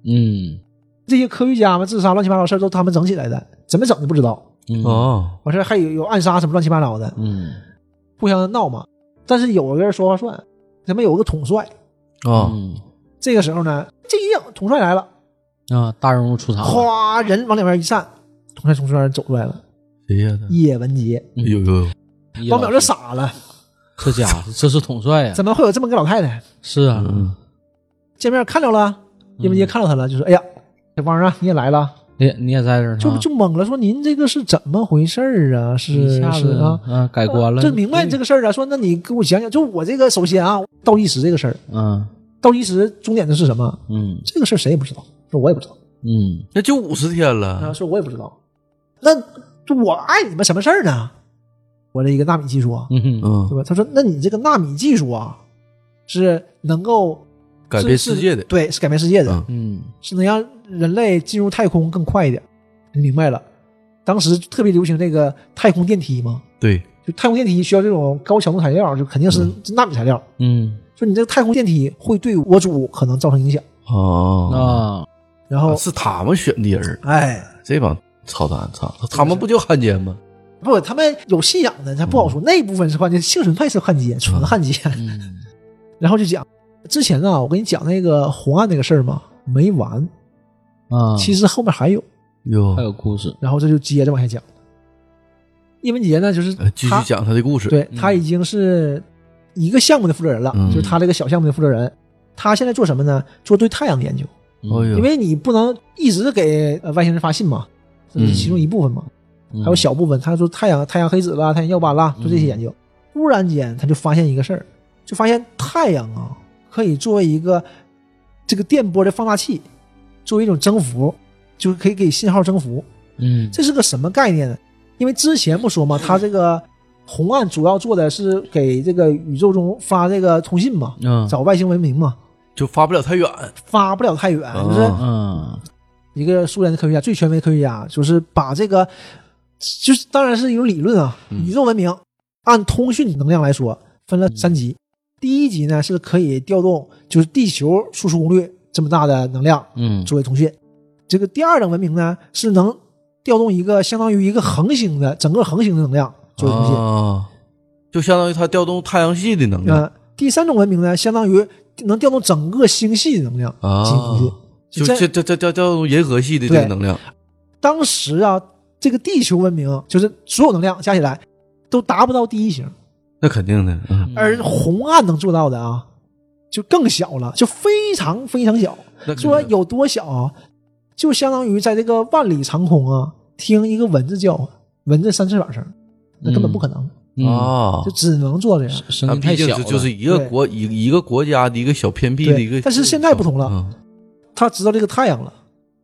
嗯
这些科学家们自杀乱七八糟事儿都是他们整起来的，怎么整的不知道。
嗯
啊，
完事儿还有有暗杀什么乱七八糟的，
嗯
互相闹嘛。但是有个人说话算，他们有个统帅。
啊，
嗯
这个时候呢，这一硬统帅来了，
啊，大人物出场了，
哗，人往两边一站，统帅从中间走出来了，
谁哎呀？他
叶文洁，
哎呦呦呦，
一
王
老
淼就
师哎
傻了，
这家伙这是统帅 呀，
怎么会有这么个老太太？
是啊，
嗯，
见面看着了，叶
嗯
文洁看到他了，就说：“哎呀，小王啊，你也来了，
你你也在这儿呢，啊
就就懵了，说您这个是怎么回事儿啊？是
一下
是
子
啊，
啊改观了，
这明白这
个
个事儿啊。说那你给我讲讲，就我这个首先啊，倒计时这个事儿，
嗯
倒计时终点的是什么？
嗯
这个事儿谁也不知道，说我也不知道
嗯
那就五十天
啊，
了，
说我也不知道。那我碍你们什么事儿呢？我这一个纳米技术啊，
嗯嗯
嗯
对，吧？他说，那你这个纳米技术啊，是能够
改变
是
世界的
是，对，是改变世界的。
嗯
嗯
是能让人类进入太空更快一点。你明白了，当时特别流行这个太空电梯嘛，
对，
就太空电梯需要这种高强度材料，就肯定是纳米材料。
嗯
说你这个太空电梯会对我主可能造成影响，
啊，
啊
然后、
是他们选的人，
哎，
这帮操蛋，操，啊他们不就汉奸吗？
不，他们有信仰的，咱
嗯
不好说。那部分是汉奸，幸存派是汉奸，纯
啊
汉 奸。
嗯
然后就讲之前呢，我跟你讲那个红案那个事儿嘛，没完，
啊，
其实后面还有。
哟
还，有故事，
然后这就接着往下讲。叶文洁呢，就是
呃继续
他
讲他的故事，
对他已经是一个项目的负责人了，
嗯
就是他这个小项目的负责人。他现在做什么呢？做对太阳研究，
嗯哦
哎呦
因为你不能一直给呃外星人发信嘛，这是
嗯
其中一部分嘛，
嗯
还有小部分，他说太阳太阳黑子啦，太阳耀斑啦，做这些研究。忽然间，他就发现一个事儿，就发现太阳啊，可以作为一个这个电波的放大器，作为一种增幅，就是可以给信号增幅。
嗯
这是个什么概念呢？因为之前不说嘛，它这个红岸主要做的是给这个宇宙中发这个通信嘛，
嗯
找外星文明嘛，
就发不了太远，
发不了太远，
嗯
就是
嗯
一个苏联的科学家最权威的科学家，就是把这个，就是当然是一种理论啊，宇宙文明按通讯能量来说分了三级，第一级呢是可以调动就是地球输出功率这么大的能量
嗯
作为通讯，这个第二等文明呢是能调动一个相当于一个恒星的整个恒星的能量作为中心。
啊，就相当于它调动太阳系的能量
呃，第三种文明呢，相当于能调动整个星系的能量
啊
进行中心。
就这
这
这这调调动银河系的这个
对
能量
当时啊，这个地球文明就是所有能量加起来都达不到第一型，
那肯定的，嗯，
而红岸能做到的啊，就更小了，就非常非常小。
那肯定
说有多小啊？就相当于在这个万里长空啊，听一个蚊子叫唤，蚊子扇翅膀声，那根本不可能，
啊，
啊
嗯就，只能做这样。
声
啊
音
毕
太
竟
小
是
了，嗯
就是一个
对
国一一个国家的一个小偏僻的一
对
个，，
但是现在不同了，
嗯，
他知道这个太阳了，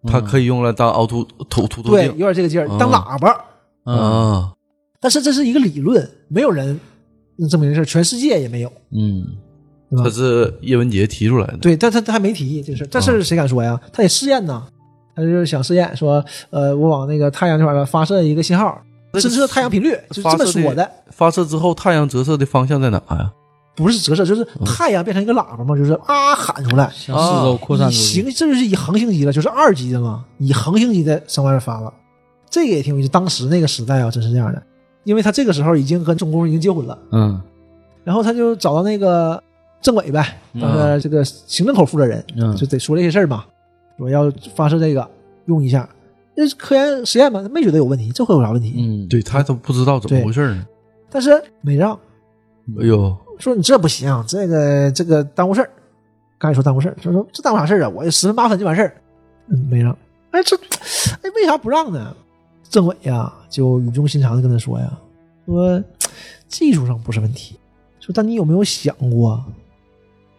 它可以用来当凹凸凸凸凸
对，有
镜
点这个劲儿
嗯，
当喇叭。
啊，
啊，
但是这是一个理论，没有人能证明这事儿，全世界也没有。
嗯，
对吧
它是叶文洁提出来的，
对，但他他还没提这事儿，这事儿谁敢说呀？他得试验呐，他就是想试验，说，呃，我往那个太阳这玩意儿发射一个信号，
那
侦测太阳频率，就
发
这么
射
说的。
发射之后，太阳折射的方向在哪呀？
不是折射，就是太阳变成一个喇叭嘛，就是啊喊出来。
向四周扩散
以
出去，
行，这就是以恒星级的，就是二级的嘛，以恒星级的向外面发了。这个也挺有意思，当时那个时代啊，真是这样的，因为他这个时候已经跟中国人已经结婚了，
嗯
然后他就找到那个政委呗，当时这个行政口负责人，
嗯
就得说这些事儿嘛，说要发射这个用一下，那科研实验嘛，没觉得有问题，这会有啥问题？
嗯，
对他都不知道怎么回事儿呢。
但是没让，
哎呦，
说你这不行，这个这个耽误事儿。刚才说耽误事儿，就说这耽误啥事儿啊？我十分八分就完事儿，嗯，没让。哎，这哎为啥不让呢？政委呀，就语重心长的跟他说呀，说技术上不是问题，说但你有没有想过，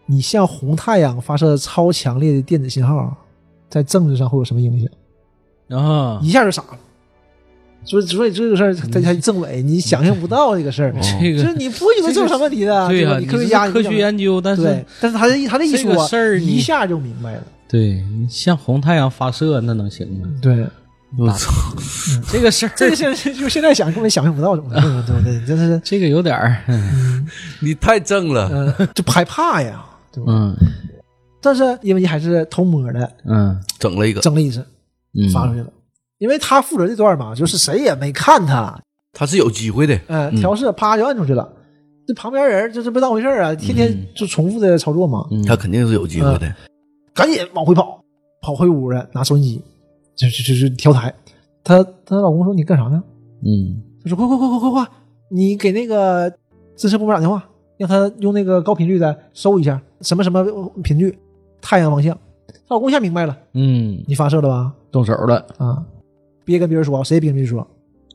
你向红太阳发射超强烈的电子信号，在政治上会有什么影响？
啊，
一下就傻了。所以所以这个事儿，他他政委你想象不到这个事儿，
哦这
就是
个
你不觉得这有啥问题的？
对
吧
呀，
你
这
科学
是
家，
科学
家，
研究，但
对
是，
但是他这一他这一
这个
说，
事儿你
一下就明白了。
对你向红太阳发射，那能行吗？
对，
我操！
这个事儿，
这个现在就现在想根本想象不到这种事 儿，对不对？真是，
这个有点儿，
你太正了，
嗯，就害怕呀，对吧？
嗯
但是因为你还是偷摸的
嗯
整了一个，
整了一次
嗯，
发出去了，因为他负责这段嘛，就是谁也没看他，
他是有机会的。
呃，
嗯
调试啪就按出去了，这旁边人就是没当回事儿啊，天天就重复的操作嘛，
嗯
他肯定是有机会的，
赶紧往回跑，跑回屋了，拿收音机，就就就就调台。她她老公说：“你干啥呢
嗯？”
她说：“快快快快快快，你给那个侦测部门打电话，让他用那个高频率的搜一下什么什么频率，太阳方向。”她老公一下明白了，
嗯，
你发射了吧？
动手了，
啊，别跟别人说啊，谁也别跟别人说，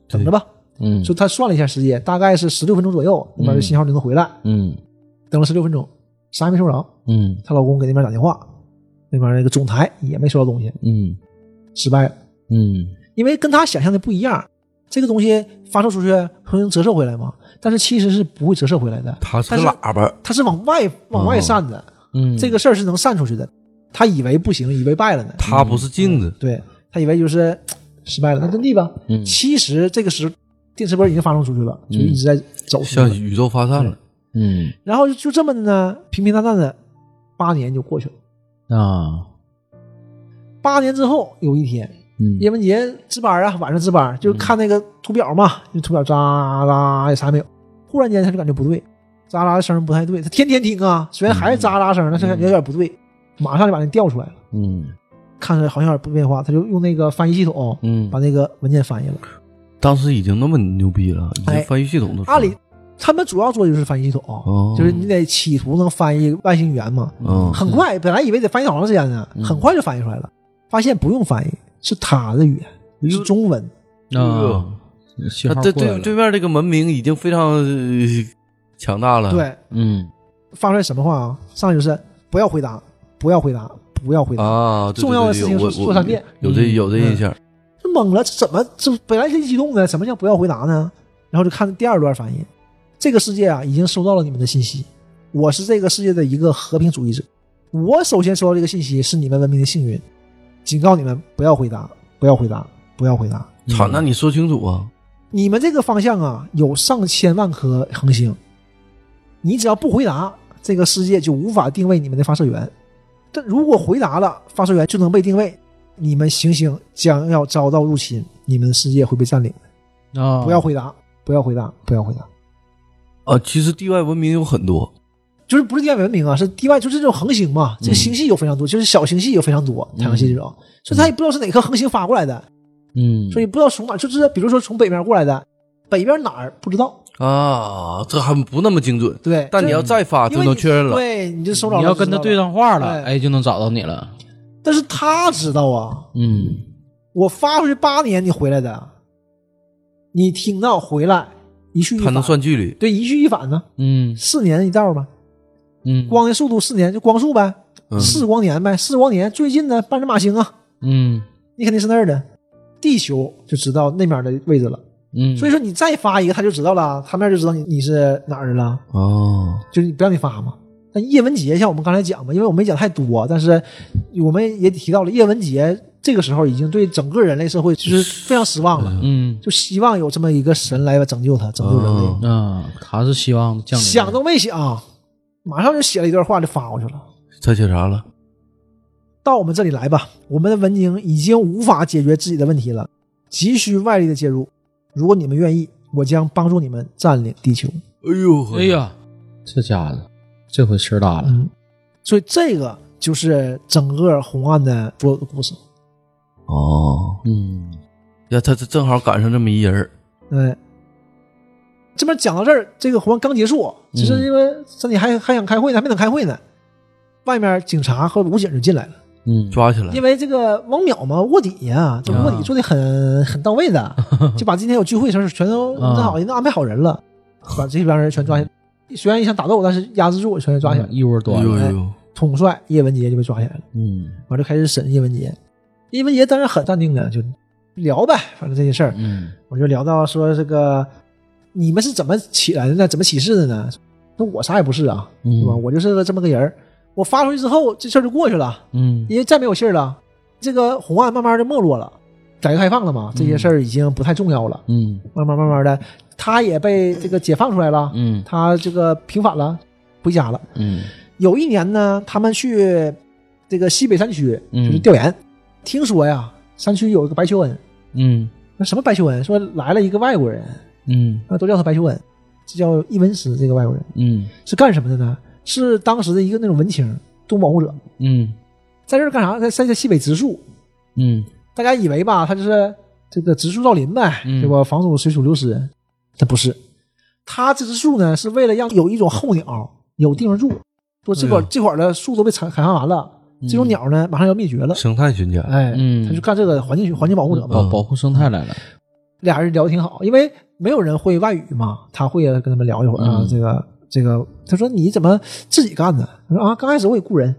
等着吧。
嗯
说他算了一下时间，大概是十六分钟左右，那边的信号就能回来。
嗯
等了十六分钟，啥也没收着。
嗯
她老公给那边打电话，那边那个总台也没收到东西，
嗯
失败了。
嗯
因为跟他想象的不一样。这个东西发射出去会能折射回来嘛？但是其实是不会折射回来的，
他是个
但是
喇叭，
它是往外往外散的。
哦嗯，
这个事儿是能散出去的。他以为不行，以为败了呢。
他不是镜子，
对他以为就是嘖失败了，那阵地吧。
嗯
其实这个时候电磁波已经发送出去了，就一直在走出去了
向宇宙发散了。
嗯
然后就这么的呢，平平淡淡的八年就过去了。
啊
八年之后有一天，
嗯
叶文洁值班啊，晚上值班就看那个图表嘛，就图表喳喳也啥也没有。忽然间他就感觉不对，喳喳的声儿不太对。他天天听啊，虽然还是喳喳声儿，但是
嗯
感觉有点不对，马上就把那调出来了。
嗯
看着好像有点不变化，他就用那个翻译系统
嗯
把那个文件翻译了。
嗯当时已经那么牛逼了，已经
哎
翻译系统都出来
阿
了
里他们主要做的就是翻译系统，
哦
就是你得企图能翻译外星语言嘛。
嗯
很快，本来以为得翻译好长时间呢，很快就翻译出来了。发现不用翻译，是他的语言，是中文。
啊，信
那
号
对
过来
对
了
对面这个文明已经非常呃强大了。，
对，
嗯
发出来什么话啊？上来就是不要回答，不要回答，不要回答，
啊，对对对
重要的事情
有我
说
我
说三遍
有这
嗯
有这印象。
这懵了，这怎么这本来挺激动的，怎么叫不要回答呢？然后就看第二段反应，这个世界啊已经收到了你们的信息，我是这个世界的一个和平主义者，我首先收到这个信息是你们文明的幸运，警告你们不要回答，不要回答，不要回答。
操，那你说清楚啊！
你们这个方向啊，有上千万颗恒星，你只要不回答，这个世界就无法定位你们的发射源。但如果回答了，发射源就能被定位，你们行星将要遭到入侵，你们的世界会被占领的。
嗯
哦
哦
啊，
不要回答，不要回答，不要回答，
啊，其实地外文明有很多，
就是不是地外文明啊，是地外，就是这种恒星嘛，
嗯
这个星系有非常多，就是小星系有非常多，太阳系这种，所以他也不知道是哪颗恒星发过来的，
嗯，
所以不知道从哪儿，就是比如说从北边过来的，北边哪儿不知道，
啊，这还不那么精准。
对，
但你要再发
就
就能确认了。
对，你就手找
你要跟他对上话
对
了，哎，就能找到你了。
但是他知道啊，
嗯，
我发回去八年，你回来的，你听到回来一去一
它
返，
能算距离，
对一去一返呢，
嗯
四年一道吧，
嗯，
光的速度四年就光速呗，
嗯
四光年呗，四光年最近的半人马星啊，
嗯
你肯定是那儿的，地球就知道那面的位置了，
嗯，
所以说你再发一个他就知道了，他面就知道你你是哪儿人了，
哦，
就是你不让你发嘛。那叶文洁像我们刚才讲嘛，因为我没讲太多，但是我们也提到了叶文洁这个时候已经对整个人类社会就是非常失望了。
嗯
就希望有这么一个神来拯救他，拯救人类。
哦
啊，他是希望降临的
想都没想，马上就写了一段话就发过去了。
他写啥了？
到我们这里来吧，我们的文明已经无法解决自己的问题了，急需外力的介入。如果你们愿意，我将帮助你们占领地球。
哎呦，
哎，呀，这家伙这回事儿大了。
嗯，所以这个就是整个红岸的所有的故事。
哦，
嗯
呀，他这正好赶上这么一人儿
对，这边讲到这儿，这个活动刚结束，其实因为三弟还还想开会呢，还没等开会呢，外面警察和武警就进来了。
嗯，
抓起来
因，为这个王淼嘛，卧底呀、这卧底做的很、很到位的，就把今天有聚会的事儿全都弄好，人都安排好人了，把这帮人全抓起来。虽然也想打斗，但是压制住，全给抓起来。
一窝
哎
端
呦
了。
哎呦，
统帅叶文洁就被抓起来了，
嗯
完就开始审叶文洁。叶文洁当然很淡定的，就聊呗，反正这些事儿，
嗯
我就聊到说这个你们是怎么起来的呢？怎么起事的呢？那我啥也不是啊，对吧？
嗯
我就是个这么个人儿。我发出去之后，这事儿就过去了。
嗯
因为再没有信儿了，这个红岸慢慢的没落了，改革开放了嘛，这些事儿已经不太重要了，
嗯
慢慢慢慢的，他也被这个解放出来了，
嗯
他这个平反了，回家了。
嗯
有一年呢，他们去这个西北山区
嗯
就是调研，听说呀，山区有一个白求恩，
嗯
那什么白求恩？说来了一个外国人，
嗯
那都叫他白求恩，这叫伊文斯，这个外国人
嗯
是干什么的呢？是当时的一个那种文青，动物保护者，
嗯
在这儿干啥？在在在西北植树，
嗯
大家以为吧，他就是这个植树造林呗，
嗯
对吧？防止水土流失，他不是，他这植树呢是为了让有一种候鸟有地方住，说这块、
哎呦
这块的树都被采采伐完了，这种鸟呢马上要灭绝了，
生态巡检，
哎，
嗯
他就干这个环境环境保护者嘛，
保保护生态来了。
俩人聊的挺好，因为没有人会外语嘛，他会跟他们聊一会儿啊，
嗯
这个这个，他说你怎么自己干的？他说啊，刚开始我也雇人，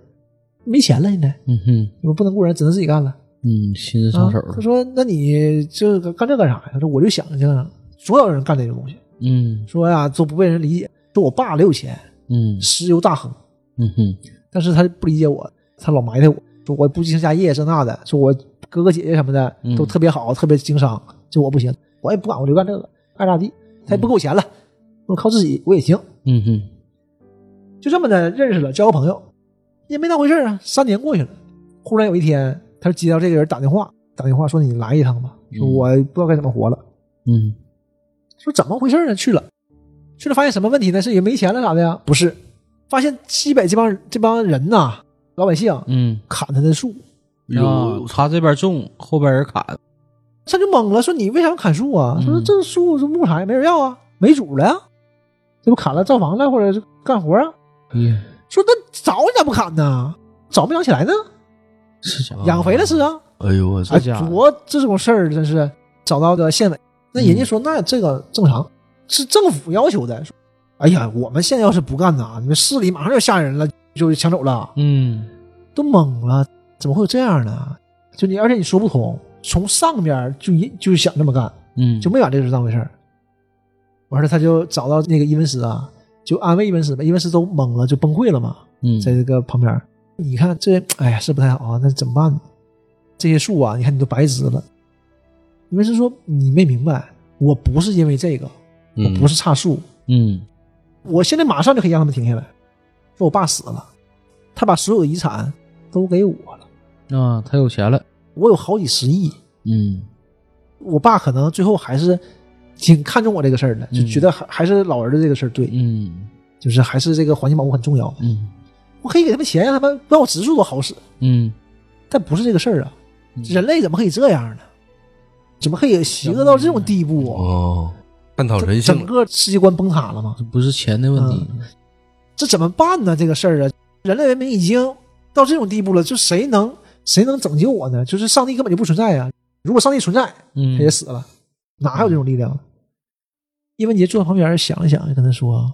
没钱了现在，
嗯哼
我不能雇人，只能自己干了。
嗯，亲自上手
啊。他
了。
说：“那你这个干这干啥呀？”他说：“我就想想，所有人干这个东西，
嗯
说呀、都不被人理解。说我爸也有钱，
嗯
石油大亨，
嗯哼
但是他不理解我，他老埋汰我，说我不经家业这那的，说我哥哥姐姐什么的
嗯
都特别好，特别经商，就我不行，我也不管，我就干这个，爱咋地。他也不给我钱了，我靠自己我也行。
嗯哼
就这么的认识了，交个朋友，也没当回事儿啊。三年过去了，忽然有一天，他接到这个人打电话，打电话说你来一趟吧，说
嗯
我不知道该怎么活了。
嗯
说怎么回事呢？去了，去了发现什么问题呢？是也没钱了啥的呀？不是，发现西北这帮这帮人呐、老百姓
嗯。
砍他的树，
啊
哎有，
他这边种，后边人砍。
他就懵了，说你为啥砍树啊？
嗯
说这树这木材没人要啊，没主了呀、这不砍了造房了或者是干活啊？说那早你咋不砍呢？早没养起来呢？
是假的。
养肥了吃啊！
哎呦我操
哎，
这哦家伙
多这种事儿真是找到的县委，那
嗯
人家说那这个正常，是政府要求的。说哎呀，我们县要是不干呐，你们市里马上就吓人了，就抢走了，
嗯
都懵了，怎么会有这样呢？就你，而且你说不通，从上边就一就想这么干，
嗯，
就没把这个事当回事儿。完事儿他就找到那个伊文斯啊，就安慰伊文斯呗，伊文斯都懵了，就崩溃了嘛。
嗯
在这个旁边儿，你看这，哎呀，是不太好啊，那怎么办呢？这些树啊，你看你都白植了。你们是说你没明白，我不是因为这个，我不是差树，
嗯
我现在马上就可以让他们停下来。说我爸死了，他把所有的遗产都给我了，
啊，他有钱了。
我有好几十亿，
嗯
我爸可能最后还是挺看重我这个事儿的，就
嗯
觉得还还是老儿子这个事儿对，
嗯
就是还是这个环境保护很重要。
嗯
我可以给他们钱，让他们让我植树多好使，
嗯，
但不是这个事儿啊！
嗯
人类怎么可以这样呢？怎么可以邪恶到这种地步啊？
哦，探讨人性
整
了，
个世界观崩塌了吗？
这不是钱的问题，
这怎么办呢？这个事儿啊，人类文明已经到这种地步了，就谁能谁能拯救我呢？就是上帝根本就不存在啊！如果上帝存在，
嗯
他也死了，哪还有这种力量啊呢？叶文洁坐在旁边想了想，就跟他说：“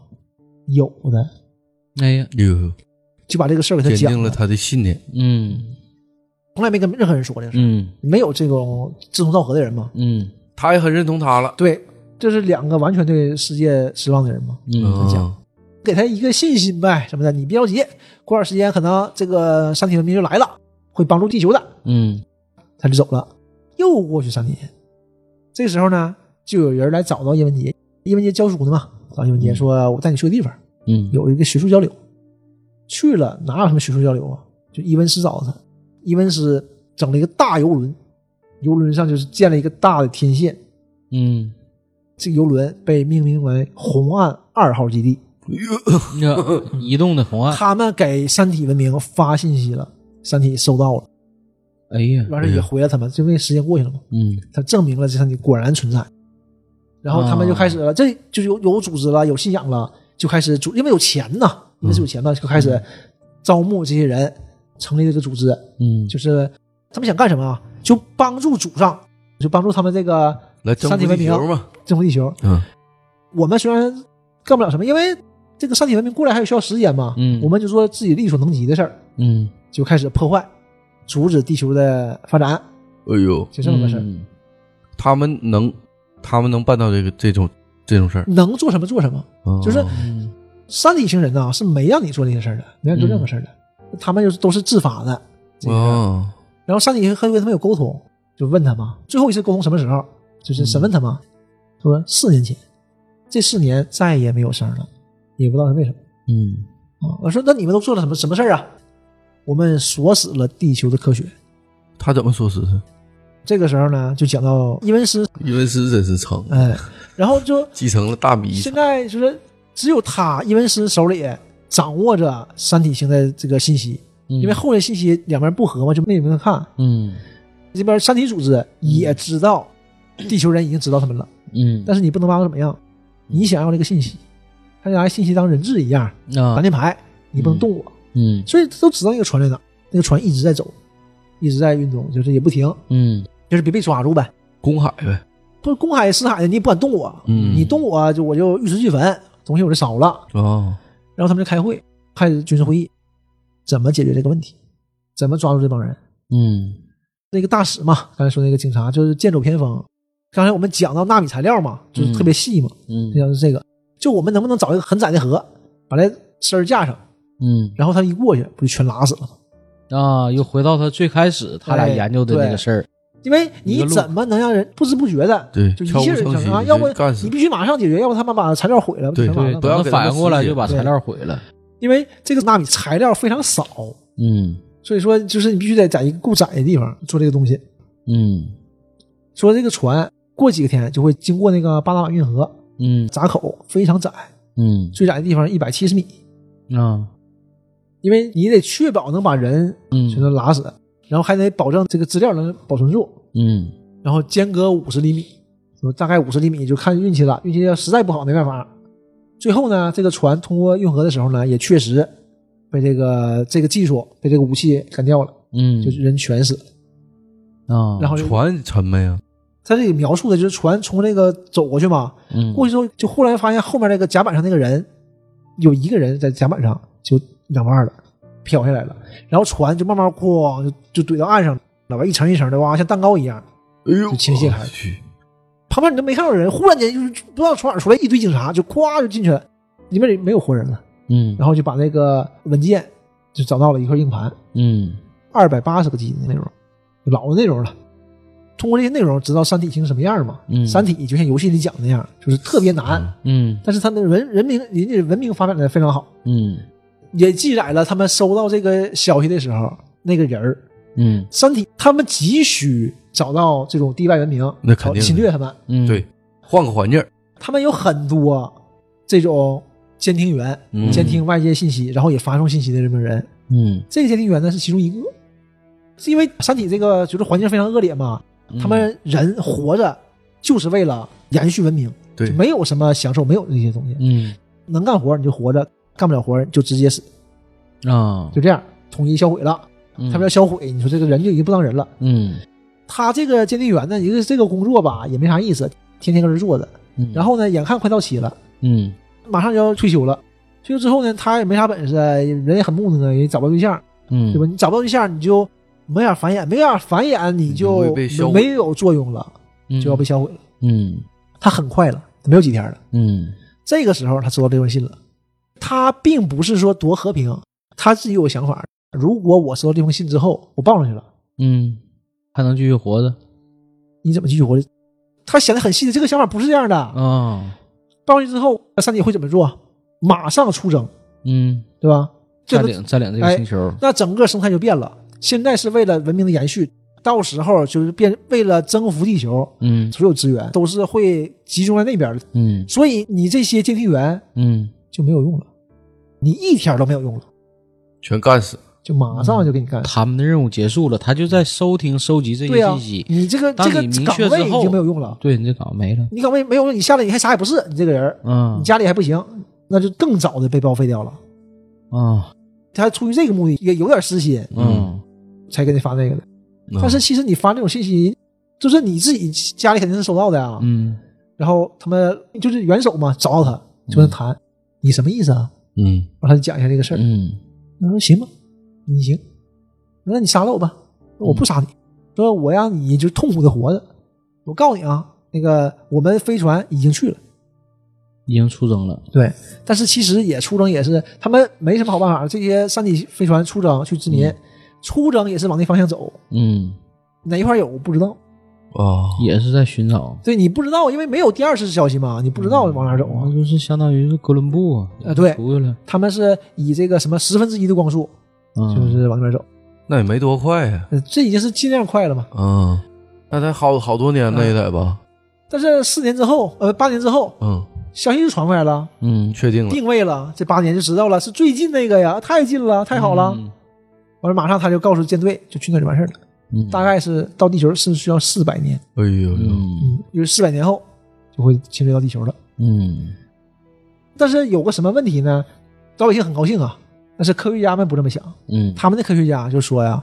有的。
哎呀，
哟，”
就把这个事儿给他
坚
讲
定了他的信念。
嗯
从来没跟任何人说这个事儿，
嗯
没有这种志同道合的人嘛。
嗯
他也很认同他了。
对，这是两个完全对世界失望的人嘛。
嗯，
嗯，
给他一个信心呗，什么的，你别着急，过段时间可能这个三体文明就来了，会帮助地球的。
嗯
他就走了。又过去三年，这时候呢，就有人来找到叶文洁，叶文洁教书呢嘛，找叶文洁说：“我带你去个地方，
嗯，
有一个学术交流。”去了哪有什么学术交流啊？就伊文斯找他，伊文斯整了一个大游轮，游轮上就是建了一个大的天线，
嗯，
这个游轮被命名为红岸二号基地。
那移动的红岸，
他们给三体文明发信息了，三体收到了，
哎呀，
完事儿也回了他们，就因为时间过去了嘛。
嗯
他证明了这三体果然存在。然后他们就开始了，这就有有组织了，有信仰了，就开始组，因为有钱呐，因为是有钱嘛，就开始招募这些人，成立这个组织，
嗯，
就是他们想干什么啊？就帮助祖上，就帮助他们这个
来征
三体
服
文
地
明
球嘛。
征服地球。
嗯，
我们虽然干不了什么，因为这个三体文明过来还有需要时间嘛，
嗯
我们就做自己力所能及的事儿，
嗯，
就开始破坏，阻止地球的发展，
哎呦，
就这么个事儿。
嗯
他们能，他们能办到这个这种这种事儿，
能做什么做什么，
嗯
就是
嗯
山体星人啊呐、是没让你做这些事儿的，没让你做任何事儿的，他们就是都是自发的。这个
哦，
然后山体星和他们有沟通，就问他嘛，最后一次沟通什么时候？就是审问他嘛，说四年前，这四年再也没有声儿了，也不知道是为什么
嗯
啊。我说那你们都做了什么什么事儿啊？我们锁死了地球的科学。
他怎么说是是？
这个时候呢，就讲到伊文斯，
伊文斯真是成，
哎，然后就
继承了大米
现在就是只有他伊文斯手里掌握着山体星的这个信息，
嗯
因为后来信息两边不合嘛，就没有明看。
嗯
这边山体组织也知道，地球人已经知道他们了，
嗯，
但是你不能把我怎么样，你想要这个信息，他就拿信息当人质一样
那
挡箭牌，你不能动我。
啊嗯
所以都知道那个船在哪，那个船一直在走，一直在运动，就是也不停，
嗯
就是别被抓住呗。
公海呗，
不是公海私海的，你也不敢动我，
嗯
你动我啊就我就玉石俱焚，东西我就烧了。
哦，
然后他们就开会，开始军事会议，怎么解决这个问题，怎么抓住这帮人。
嗯
那个大使嘛，刚才说那个警察就是剑走偏锋。刚才我们讲到纳米材料嘛，就是特别细嘛，
嗯
讲、是这个，就我们能不能找一个很窄的河，把这丝儿架上，
嗯
然后他一过去不就全拉死了吗？
啊，又回到他最开始他俩
哎
研究的那
对
个事儿，
因为
一个
你
路
怎么能让人不知不觉的
对
就一
悄无
气儿就
声息
成啊？
就
要不
干死
你必须马上解决，要不他们把材料毁了，不
对
全完了
对
吗
不要
等
给
他
他们
反应过
时
来
间
就把材料毁了，
因为这个纳米材料非常少，
嗯
所以说就是你必须得在一个够窄的地方做这个东西。
嗯
说这个船过几个天就会经过那个巴拿马运河
嗯
闸口，非常窄，
嗯
最窄的地方一百七十米，
啊
因为你得确保能把人全
嗯
都拉死，然后还得保证这个资料能保存住，
嗯
然后间隔五十厘米，说大概五十厘米就看运气了，运气要实在不好没办法。最后呢，这个船通过运河的时候呢，也确实被这个这个技术被这个武器干掉了，
嗯，
就是人全死了。
啊，
然后就
船沉没啊呀？
他这里描述的就是船从那个走过去嘛，
嗯
过去之后，就忽然发现后面那个甲板上那个人，有一个人在甲板上就两半了，飘下来了，然后船就慢慢哐就就怼到岸上了，老外一层一层的哇，像蛋糕一样。
哎呦，
就倾泻开
我去
旁边你都没看到人，忽然间就是不知道从哪儿出来一堆警察，就咵就进去了，里面也没有活人了，
嗯
然后就把那个文件就找到了一块硬盘，
嗯
二百八十个 G 的内容，老的内容了。通过这些内容知道《三体》星什么样嘛？
嗯
三体》就像游戏里讲的那样，就是特别难，
嗯
但是它的文人民人家文明发展的非常好，
嗯
也记载了他们收到这个消息的时候那个人儿。
嗯
三体他们急需找到这种地外文明，
那肯定的
侵略他们。
嗯，
对，换个环境儿，
他们有很多这种监听员，
嗯
监听外界信息，然后也发送信息的这么人。
嗯，
这个监听员呢是其中一个，是因为山体这个就是环境非常恶劣嘛，
嗯
他们人活着就是为了延续文明，
对
就没有什么享受，没有那些东西，
嗯
能干活你就活着，干不了活你就直接死，
啊，
就这样统一销毁了。
嗯
他们要销毁，你说这个人就已经不当人了。
嗯，
他这个鉴定员呢，一个这个工作吧也没啥意思，天天搁这坐着。
嗯
然后呢，眼看快到期了，
嗯
马上就要退休了。退休之后呢，他也没啥本事，人也很木讷，也找不到对象，
嗯，
对吧？你找不到对象，你就没法繁衍，没法繁衍，你
你
就
就会被销毁
没有作用了，
嗯？
就要被销毁了。
嗯
他很快了，没有几天了。
嗯
这个时候他收到这封信了，他并不是说多和平，他自己有想法。如果我收到这封信之后，我报上去了，
嗯，还能继续活着
你怎么继续活着？他想的很细致，这个想法不是这样
嗯
的。
啊？
报上去之后，三体会怎么做？马上出征，
嗯，
对吧？这
占
个
领占领这个
哎
星球，
那整个生态就变了。现在是为了文明的延续，到时候就是变为了征服地球，
嗯
所有资源都是会集中在那边的。
嗯
所以你这些监听员
嗯
就没有用了，你一天都没有用了，
全干死。
就马上就给你干。
他们的任务结束了，他就在收听、收集这
对啊
些
呀、
信息。
你这个
当
这
你
个
明
岗
确
位
之
已
后
经没有用了，
对，你这岗没了。
你岗位没有用，你下来你还啥也不是，你这个人，
嗯
你家里还不行，那就更早的被报废掉了。
啊
他出于这个目的，也有点私心，
嗯
才给你发那个的。
嗯
但是其实你发这种信息，就是你自己家里肯定是收到的呀。
嗯
然后他们就是元首嘛，找到他就跟他谈，你什么意思啊？
嗯，
然后他就讲一下这个事儿。
嗯
他说行吧，你行，那你杀了我吧，我不杀你，说我让你就痛苦的活着。我告诉你啊，那个我们飞船已经去了，
已经出征了。
对，但是其实也出征也是他们没什么好办法，这些山地飞船出征去殖民，出征也是往那方向走，
嗯，
哪一块有我不知道。
啊，
也是在寻找，
对你不知道，因为没有第二次消息嘛，你不知道往哪儿走啊。
那就是相当于是哥伦布
啊对
出去了，
他们是以这个什么十分之一的光速，
嗯
就是往那边走。
那也没多快呀。
呃这已经是尽量快了嘛。
嗯，那才好好多年
嗯
了也得吧？
但是四年之后，呃，八年之后，
嗯，
消息就传回来了，
嗯，
确定了。
定位了，这八年就知道了，是最近那个呀，太近了，太好了。
嗯
完了，马上他就告诉舰队，就去那就完事儿了。
嗯
大概是到地球是需要四百年，
哎呦，
嗯
嗯，就是四百年后就会侵略到地球了。
嗯
但是有个什么问题呢？老百姓很高兴啊，但是科学家们不这么想，
嗯
他们的科学家就说呀，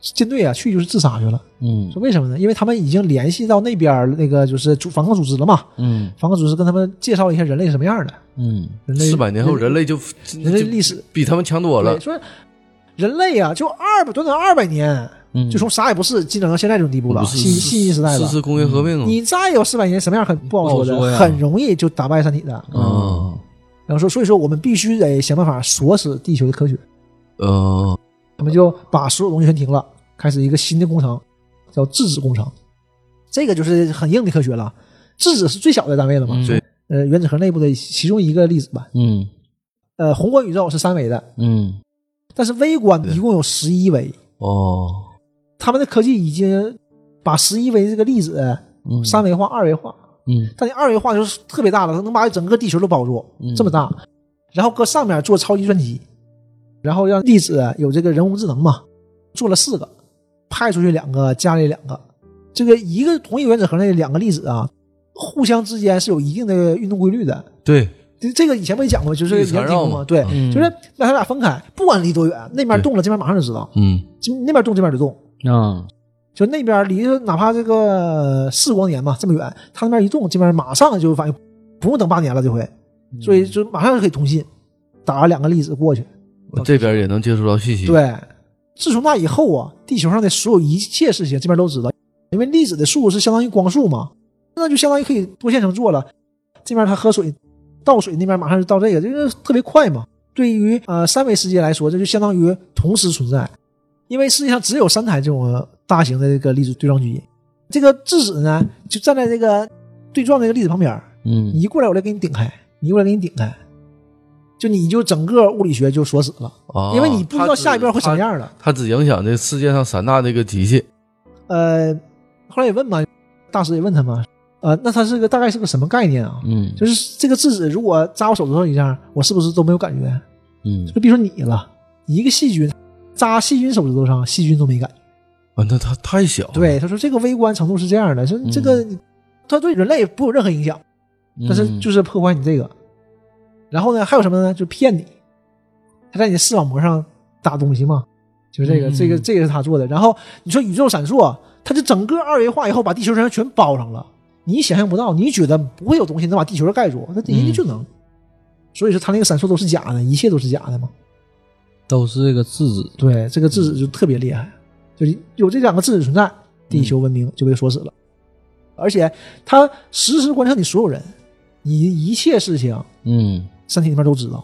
舰队啊去就是自杀去了。
嗯
说为什么呢？因为他们已经联系到那边儿那个就是主反抗组织了嘛，
嗯
反抗组织跟他们介绍了一下人类是什么样的，
嗯
人类
四百年后人
类
类就
人类历史
比他们强多了
对，。说人类啊，就二百短短二百年，
嗯，
就从啥也不是进展到现在这种地步了，
不是
信信息时代
四
了。
次工业合并了。
你再有四百年什么样很不好说
不好说
的，
呀
很容易就打败三体的。
嗯
然后说，所以说我们必须得想办法锁死地球的科学。
嗯
他们就把所有东西全停了，开始一个新的工程，叫制止工程。这个就是很硬的科学了，制止是最小的单位了嘛？
嗯
对
呃，原子核内部的其中一个粒子吧。
嗯
呃，宏观宇宙是三维的，
嗯
但是微观一共有十一维。
哦，
他们的科技已经把十一维这个粒子
嗯
三维化、二维化，
嗯
但你二维化就是特别大了，它能把整个地球都包住，
嗯
这么大。然后搁上面做超级专机，然后让粒子有这个人工智能嘛，做了四个，派出去两个，家里两个。这个一个同一原子核内的两个粒子啊，互相之间是有一定的运动规律的。
对，
这这个以前不也讲过，就是
粒
原
子
子
缠绕
核嘛，
嘛
对，
嗯
就是让它俩分开，不管离多远，那边动了，这边马上就知道，
嗯
这那边动这边就动，
啊
就那边离哪怕这个四光年嘛这么远，他那边一动，这边马上就反应，不用等八年了这回，所
嗯
以就马上就可以通信，打了两个粒子过去。
这边也能接触到信息。，
对，自从那以后啊，地球上的所有一切事情这边都知道，因为粒子的速度是相当于光速嘛，那就相当于可以多线程做了。这边他喝水倒水，那边马上就到这个，这个特别快嘛。对于呃三维世界来说，这就相当于同时存在，因为世界上只有三台这种大型的这个粒子对撞机。这个质子呢，就站在这个对撞这个粒子旁边儿，
嗯
你一过来我就给你顶开，你一过来给你顶开，就你就整个物理学就锁死了。
啊，
因为你不知道下一遍会什
它
么
只。
样了。
它它只影响这世界上三大这个机器，
呃，后来也问嘛，大师也问他嘛，呃，那它是个大概是个什么概念啊？
嗯
就是这个质子如果扎我手指头一下，我是不是都没有感觉？
嗯
就别说你了，一个细菌扎细菌手指头上，细菌都没感。
啊，那它太小了，
对，他说这个微观程度是这样的，说这个你它对人类不有任何影响，
嗯
但是就是破坏你这个。然后呢，还有什么呢？就骗你，他在你的视网膜上打东西嘛，就是这个，这个，这个是他做的。然后你说宇宙闪烁，它就整个二维化以后把地球上全包上了，你想象不到，你觉得不会有东西能把地球盖住，那人家就能。所以说，他那个闪烁都是假的，一切都是假的嘛。
嗯都是这个质子，
对，这个质子就特别厉害，就是有这两个质子存在，地球文明就被锁死了。而且它实时观测你所有人，你一切事情，
嗯
身体里面都知道。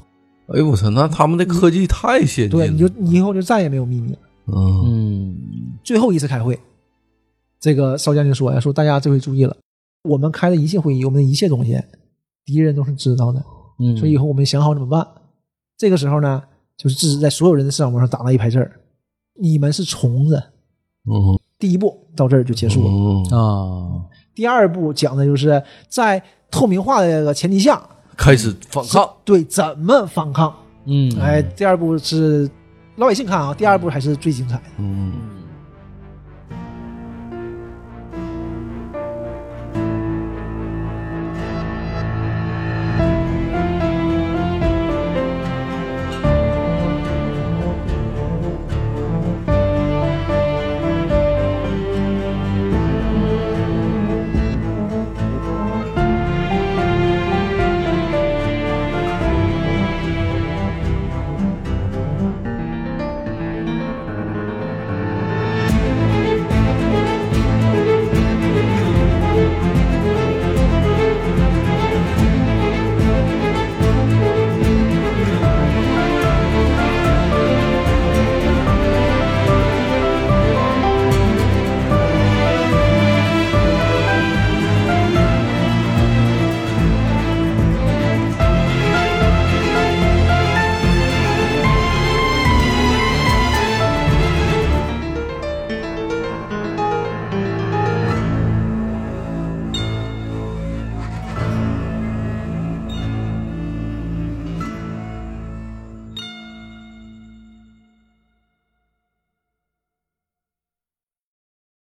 哎呦我操，那他们的科技太先进了，
对，你就你以后就再也没有秘密了。
嗯
嗯
最后一次开会，这个邵将军说呀，说大家这回注意了，我们开的一切会议，我们的一切东西，敌人都是知道的，
嗯，
所以以后我们想好怎么办。这个时候呢，就是质子在所有人的视网膜上打了一排字儿：“你们是虫子。
嗯”
第一步到这儿就结束了。
嗯，
啊，
第二步讲的就是在透明化的这个前提下，
开始反抗，
对怎么反抗。哎
嗯
哎，第二步是老百姓看啊，第二步还是最精彩的。
嗯，